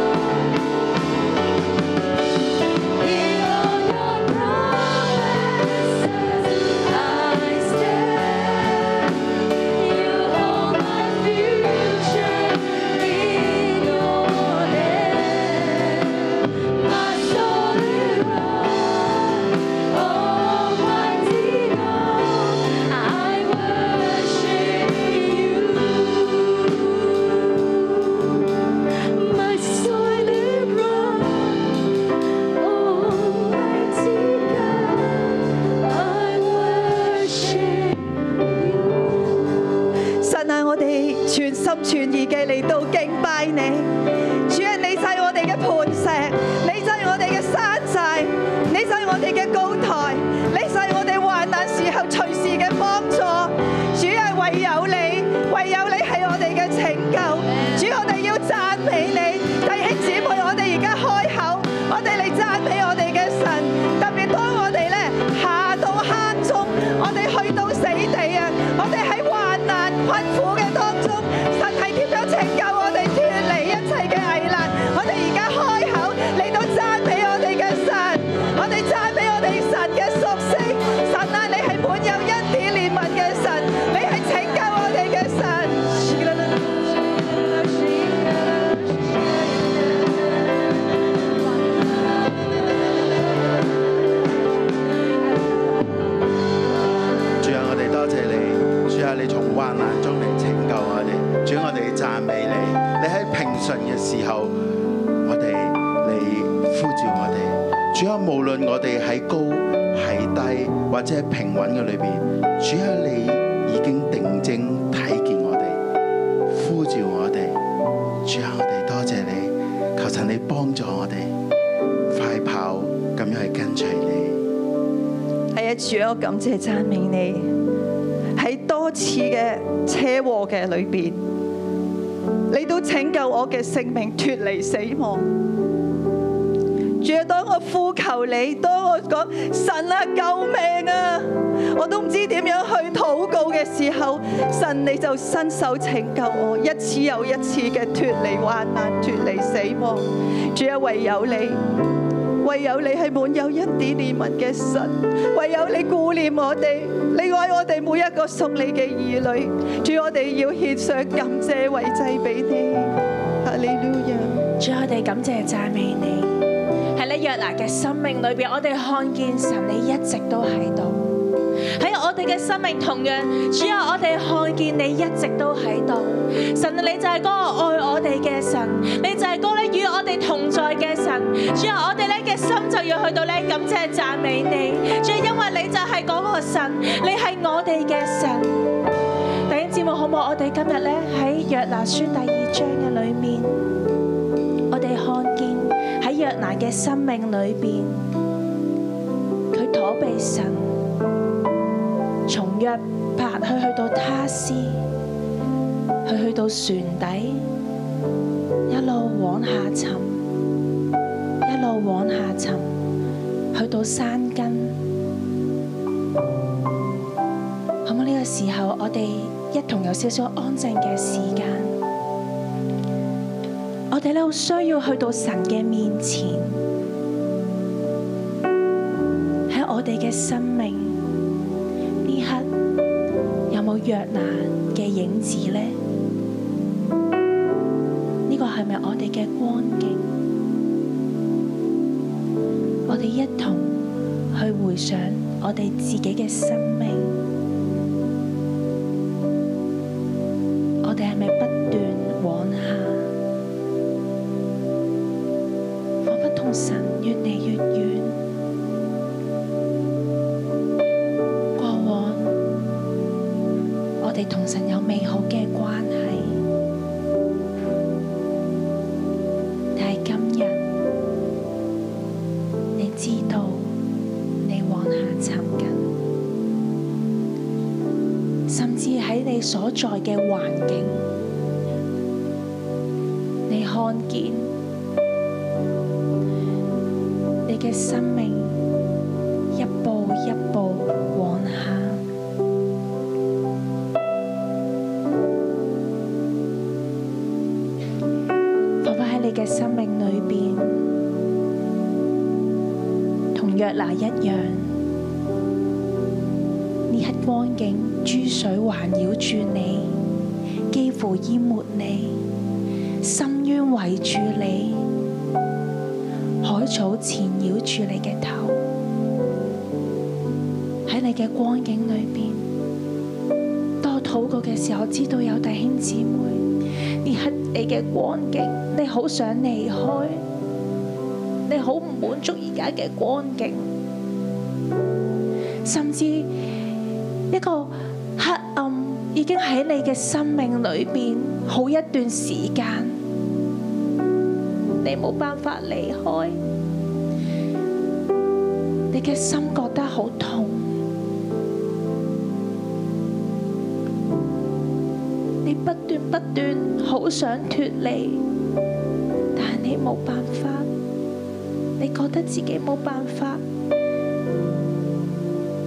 E: Oh, 啊啊啊
F: 我哋嚟讚美我哋嘅神。特別當我哋咧下到坑中，我哋去到死地啊！我哋喺患難困苦嘅當中，神係點樣拯救我哋脱離一切嘅危難？我哋而家開口嚟到讚美我哋嘅神，我哋讚美我哋神嘅屬性。神啊，你係滿有恩典憐憫嘅神，你係拯救我哋嘅神。
G: 主啊，我哋多謝你，主啊，你從患難中嚟拯救我哋，主啊，我哋讚美你，你喺平順嘅時候，我哋你呼召我哋，主啊，無論我哋喺高喺低或者喺平穩嘅裏邊，主啊，你已經定睛睇見我哋，呼召我哋，主啊，我哋多謝你，求神你幫助我哋，快跑咁樣去跟隨你。
F: 係啊，主啊，我感謝讚美你。喺多次嘅車禍嘅裏邊，你都拯救我嘅性命脱離死亡。主啊，當我呼求你，當我講神啊救命啊，我都唔知點樣去禱告嘅時候，神你就伸手拯救我，一次又一次嘅脱離患難、脱離死亡。主啊，唯有你。唯有你係滿有恩典憐憫嘅神，唯有你顧念我哋，你愛我哋每一個屬你嘅兒女，主我哋要獻上感謝為祭俾你，哈利路亞。
H: 主，我哋感謝讚美你，喺呢約拿嘅生命裏邊，我哋看見神你一直都喺度。喺我哋嘅生命同樣，主啊，我哋看見你一直都喺度。神，啊你就係嗰個愛我哋嘅神，你就係嗰個咧與我哋同在嘅神。主啊，我哋咧嘅心就要去到咧感謝讚美你。主啊，因為你就係嗰個神，你係我哋嘅神。弟兄姊妹，好唔好？我哋今日咧喺約拿書第二章嘅裏面。我哋看見喺約拿嘅生命裏邊，佢躲避神，從約帕去去到他施，去去到船底，一路往下沉，一路往下沉，去到山根。好唔好呢個時候，我哋一同有少少安靜嘅時間。我哋咧好需要去到神嘅面前，喺我哋嘅生命呢刻，有冇約拿嘅影子呢？呢個係咪我哋嘅光景？我哋一同去回想我哋自己嘅生命，我哋係咪不斷往下？彷彿同神越嚟越遠。過往我哋同神有美好嘅關係，但係今日你知道你往下沉緊，甚至喺你所在嘅環境，你看見。你嘅生命一步一步往下，彷彿喺你嘅生命裏邊，同約拿一樣，呢刻光景珠水環繞住你，幾乎淹沒你，深淵圍住你。海草纏繞住你嘅頭，喺你嘅光景裏邊，當我禱告嘅時候，知道有弟兄姊妹，呢刻你嘅光景，你好想離開，你好唔滿足而家嘅光景，甚至一個黑暗已經喺你嘅生命裏邊好一段時間。你冇辦法離開，你嘅心覺得好痛，你不斷不斷好想脫離，但係你冇辦法，你覺得自己冇辦法，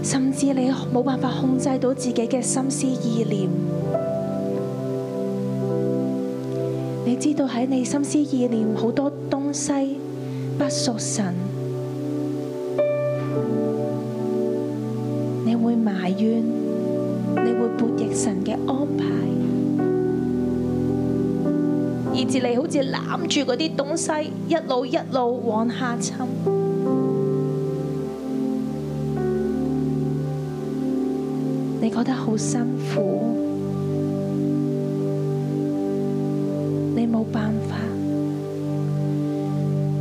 H: 甚至你冇辦法控制到自己嘅心思意念。你知道喺你心思意念好多東西不屬神，你會埋怨，你會悖逆神嘅安排。以至你好似攬住嗰啲東西，一路一路往下沉。你覺得好辛苦，你冇辦法。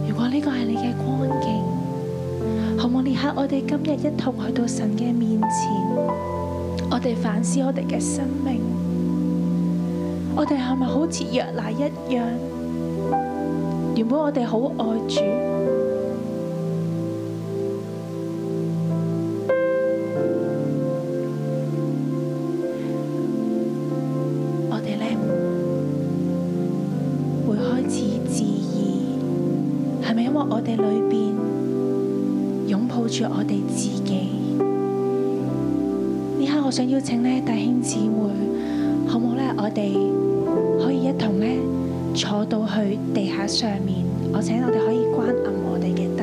H: 如果呢個係你嘅光景，好唔好？呢刻我哋今日一同去到神嘅面前，我哋反思我哋嘅生命。我哋係咪好似約拿一樣？原本我哋好愛主，我哋咧會開始質疑，係咪因為我哋裏邊擁抱住我哋自己？呢刻我想邀請咧弟兄姊妹，好唔好咧？我哋。可以一同咧坐到去地下上面，我請我哋可以關暗我哋嘅燈。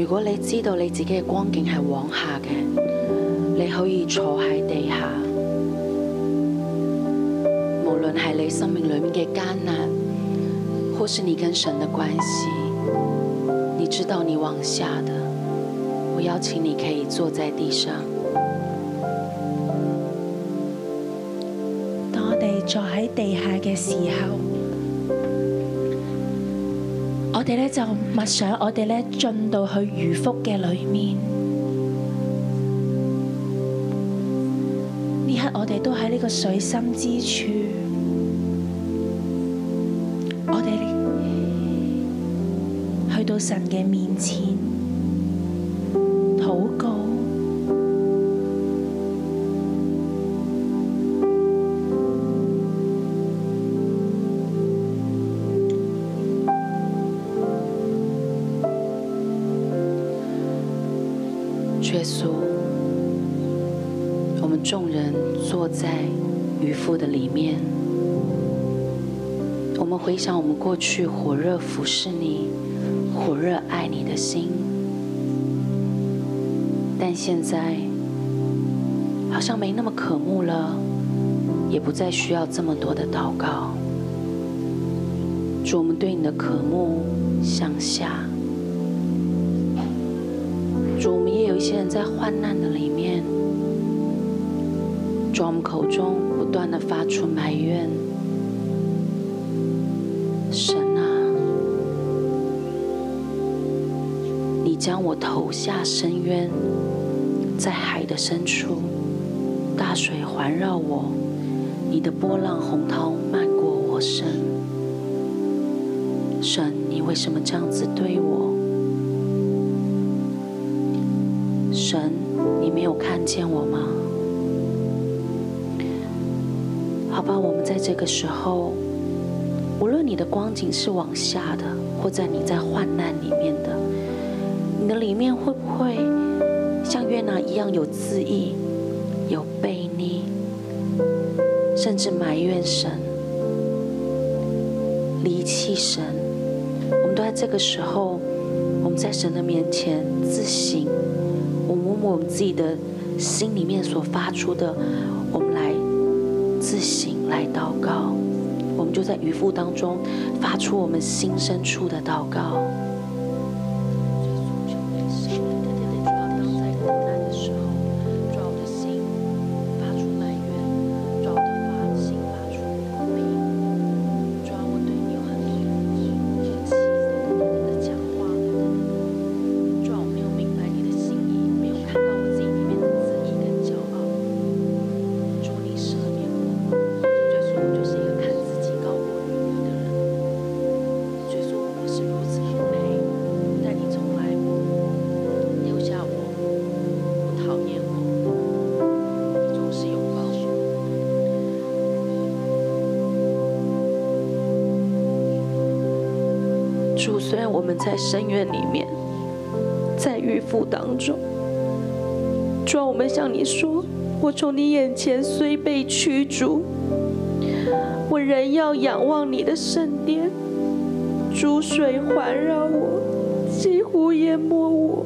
I: 如果你知道你自己嘅光景係往下嘅，你可以坐喺地下。無論係你生命裏面嘅艱難，或是你跟神的關係，你知道你往下的，我邀請你可以坐在地上。
H: 當我哋坐喺地下嘅時候，我哋咧就默想，我哋咧進到去魚腹嘅裏面。呢刻我哋都喺呢個水深之處，我哋去到神嘅面前禱告。
I: 主耶穌，我們眾人坐在漁夫的裡面，我們回想我們過去火熱服侍你、火熱愛你的心，但現在好像沒那麼渴慕了，也不再需要這麼多的禱告。主，我們對你的渴慕向下。主，我們也有一些人在患難的裡面，主，我們口中不斷的發出埋怨，神啊，你將我投下深淵，在海的深處，大水環繞我，你的波浪洪濤漫過我身，神，你為什麼這樣子對我？神，你沒有看見我嗎？好吧，我們在這個時候，無論你的光景是往下的，或者你在患難裡面的，你的裡面會不會像約拿一樣有自義、有悖逆，甚至埋怨神、離棄神？我們都在這個時候，我們在神的面前自省。我們摸摸我們自己的心裡面所發出的，我們來自省，來禱告。我們就在漁夫當中發出我們心深處的禱告。主啊，我沒有明白你的心意，沒有看到我自己裡面的自義跟驕傲。主，你赦免我。主耶穌，我就是一個看自己高過於你的人。主耶穌，我是如此的卑，但你從來不丟下我，不討厭我，你總是擁抱我。主，雖然我們在深淵裡面。
E: 在渔夫当中。主啊，我们向你说，我从你眼前虽被驱逐，我仍要仰望你的圣殿。逐水环绕我，几乎淹没我，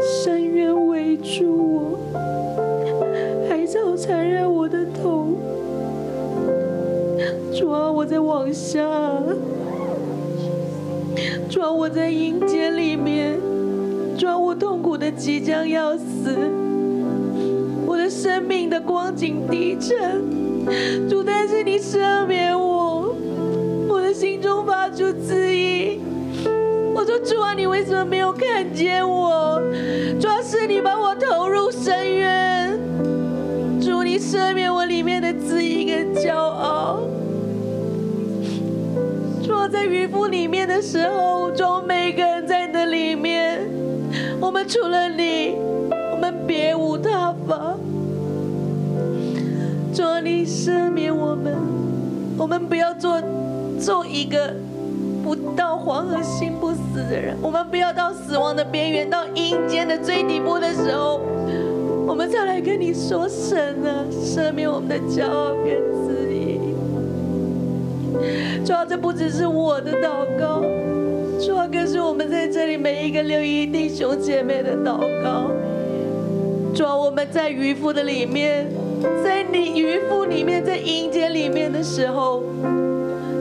E: 深渊围住我，海草缠绕我的头。主啊，我在往下。主啊，我在阴间里面，主啊，我痛苦的即将要死，我的生命的光景低沉。主，但是你赦免我，我的心中发出质疑。我说主啊，你为什么没有看见我？主啊，是你把我投入深渊。主，你赦免我里面的自意跟骄傲。主啊，在渔夫里面的时候，主啊，每个人在你的里面，我们除了你，我们别无他法。主啊，你赦免我们，我们不要做做一个不到黄河心不死的人，我们不要到死亡的边缘，到阴间的最底部的时候，我们再来跟你说神啊，赦免我们的骄傲跟自义。主啊，这不只是我的祷告，主啊，更是我们在这里每一个六一弟兄姐妹的祷告。主啊，我们在渔夫的里面，在你渔夫里面，在阴间里面的时候，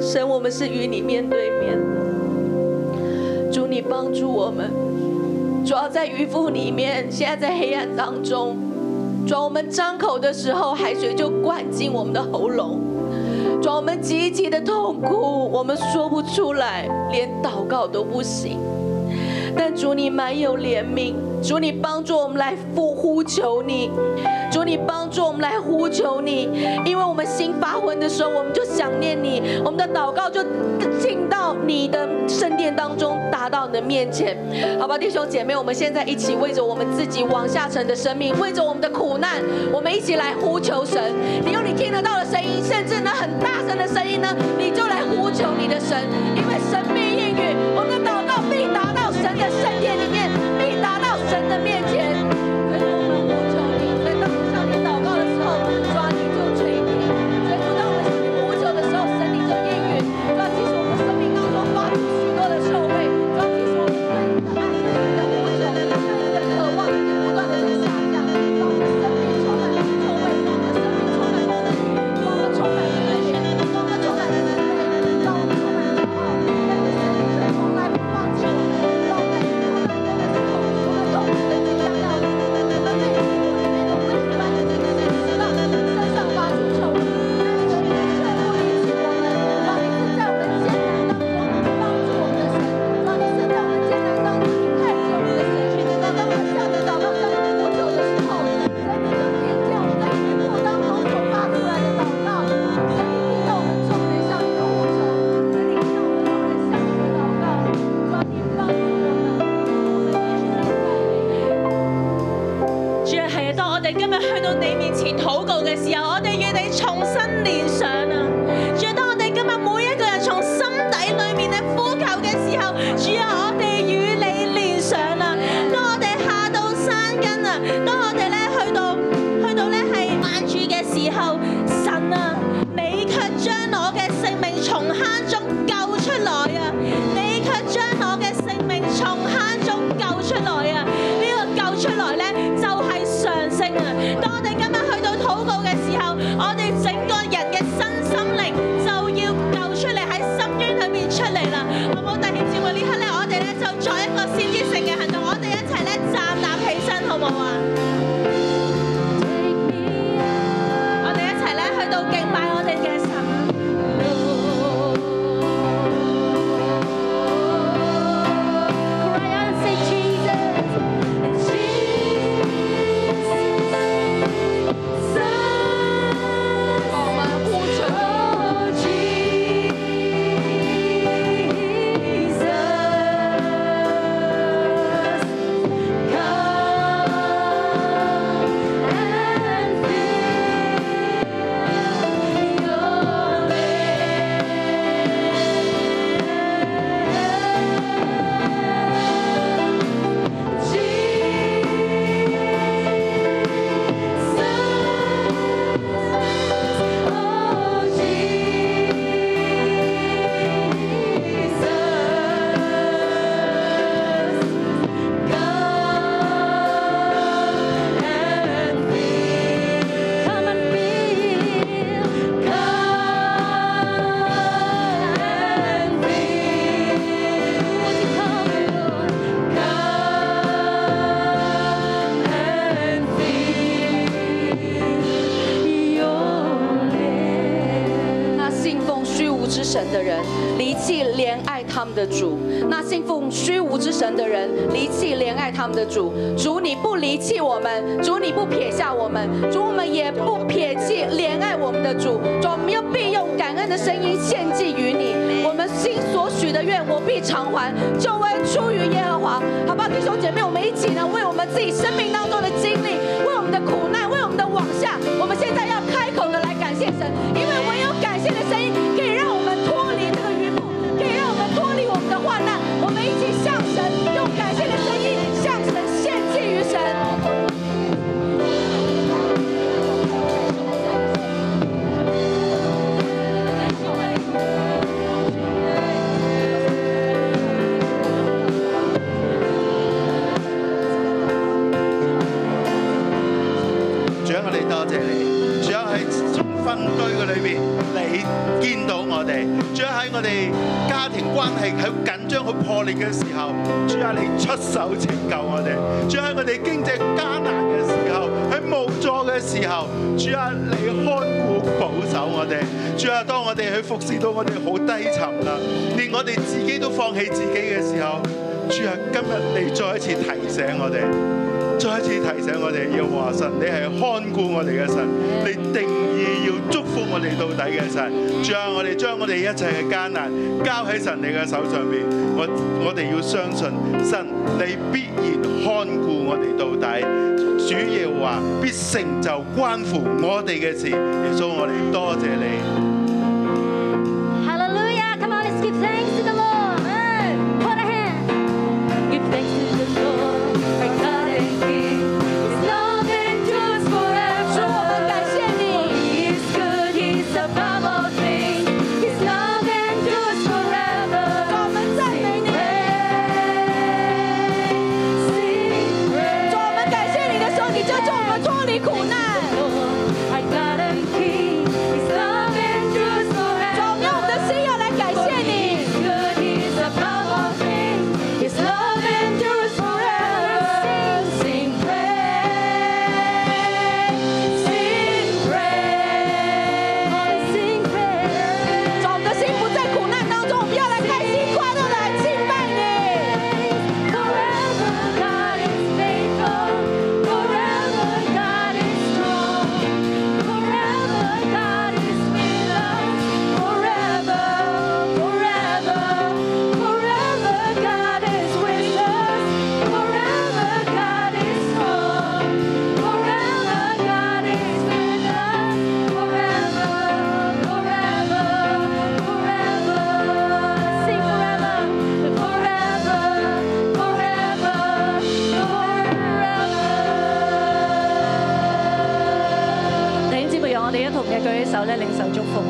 E: 神，我们是与你面对面的。主，你帮助我们。主要在渔夫里面，现在在黑暗当中，主啊，我们张口的时候，海水就灌进我们的喉咙。主啊，我们极其的痛苦，我们说不出来，连祷告都不行。但主你满有怜悯，主你帮助我们来呼呼求你，主你帮助我们来呼求你，因为我们心发昏的时候，我们就想念你，我们的祷告就进到你的圣殿当中，达到你的面前，好吧，弟兄姐妹，我们现在一起为着我们自己往下沉的生命，为着我们的苦难，我们一起来呼求神。你用你听得到的声音，甚至呢很大声的声音呢，你就来呼求你的神，因为神必应允，我们的祷告必达到神的圣殿里面，必达到神的面前。所以我们呼求你，所以当我们向你祷告的时候，主啊，你就垂听；所以当我们向你呼求的时候，神你就应允。主啊，即使我们生命当中发出许多的受罪，主啊，即使我们对你的爱、对你的呼求、对你的渴望已经不断的在下降，让我们生命充满臭味，让我们生命充满不能，让我们充满不能，让我们充满不能，让我们充满骄傲，但是神却从来不放弃我们，让我们在苦难中的时候，我们痛苦的经历到。我们在苦难中的时候，我们在那种危险般的经历之上，身上发出臭味，但是神却从来不放弃我们，让我们在苦难中的时候，我们痛苦的经历到。我们在苦难中的时候，我们痛苦的经历到。
J: 主啊，系啊，当我哋今日去到你面前祷告嘅時候，我哋要你重新連上啊！主啊，當我哋今日每一個人從心底裏面嘅呼求嘅時候，主啊，我哋與你連上啊！當我哋下到山根啊，當我哋咧去到去到咧係萬處嘅時候，神啊，你卻將我嘅性命從坑中救出來啊！你卻將我嘅性命從坑中救出來啊！呢、個救出來呢，就係、上升啊！當我哋今日去到禱告嘅時候，我哋整個人嘅身心靈就要救出嚟喺深淵裏面出嚟啦！好冇弟兄姊妹呢刻呢，我哋呢就作一個先知性嘅行動，我哋一齊呢站立起身，好冇啊？我哋一齊呢去到敬拜我哋嘅神啊！
D: Cry out and say, Jesus, Jesus. 我们呼求，Jesus。
K: 他们的主；那信奉虚无之神的人，离弃怜爱他们的主。主，你不离弃我们，主你不撇下我们，主我们也不撇弃怜爱我们的主。主，我们要必用感恩的声音献祭于你。我们心所许的愿，我必偿还，就为出于耶和华。好不好，弟兄姐妹，我们一起呢，为我们自己生命当中的经历，为我们的苦难，为我们的往下，我们现在要开口的来感谢神，因为唯有感谢的声音，可以让我们脱离那个渔夫，可以让我们脱离我们的患难。我们一起向神用感谢的声音向神献祭于神。
G: 主啊，我哋多謝你。主啊，喺中分堆嘅裏邊，你見到我哋。主啊，喺我哋家庭關係喺緊張、好破裂嘅時候，主啊，你出手拯救我哋。主啊，喺我哋經濟艱難嘅時候，喺無助嘅時候，主啊，你看顧保守我哋。主啊，當我哋去服侍到我哋好低沉啦，連我哋自己都放棄自己嘅時候，主啊，今日你再一次提醒我哋。再一次提醒我哋，要華神，你係看顧我哋嘅神，你定義要祝福我哋到底嘅神。主啊，我哋將我哋一切嘅艱難交喺神你嘅手上邊，我我哋要相信神，你必然看顧我哋到底。主耶和華必成就關乎我哋嘅事。耶穌，我哋多謝你。
D: Hallelujah. Come on, let's give thanks to the Lord. Hey, put a hand. Give thanks to the Lord. Our God and King. His love endures forever. He is good. He's above all things. His love endures forever. Sing praise. Sing praise.
K: 主，我们感谢你的时候，你就救我们脱离苦难。
D: Our God and King. His love endures
K: 主，我
D: forever.
K: 们用我们的心要来感谢你。主，我们的心不在苦难当中，我们要来开心快乐的来敬拜你。
L: 弟兄姊妹，讓我哋一同嘅舉起手咧，領受祝福。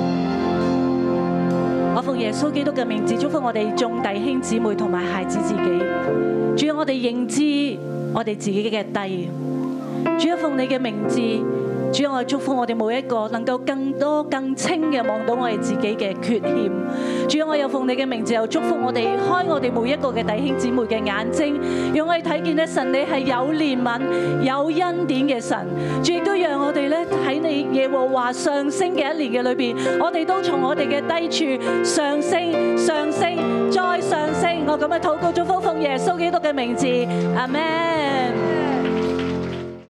L: 我奉耶穌基督嘅名字祝福我哋眾弟兄姊妹同埋孩子自己。主啊，我哋認知我哋自己嘅低。主啊，奉你嘅名字，主啊，我哋祝福我哋每一個能夠更多更清嘅望到我哋自己嘅缺欠。主啊，我又奉你嘅名字又祝福我哋開我哋每一個嘅弟兄姊妹嘅眼睛，讓我哋睇見咧神你係有憐憫、有恩典嘅神。主亦都讓我哋咧喺你耶和華上升嘅一年嘅裏邊，我哋都從我哋嘅低處上升、上升、再上升。我咁嘅禱告祝福奉耶穌基督嘅名字，阿門。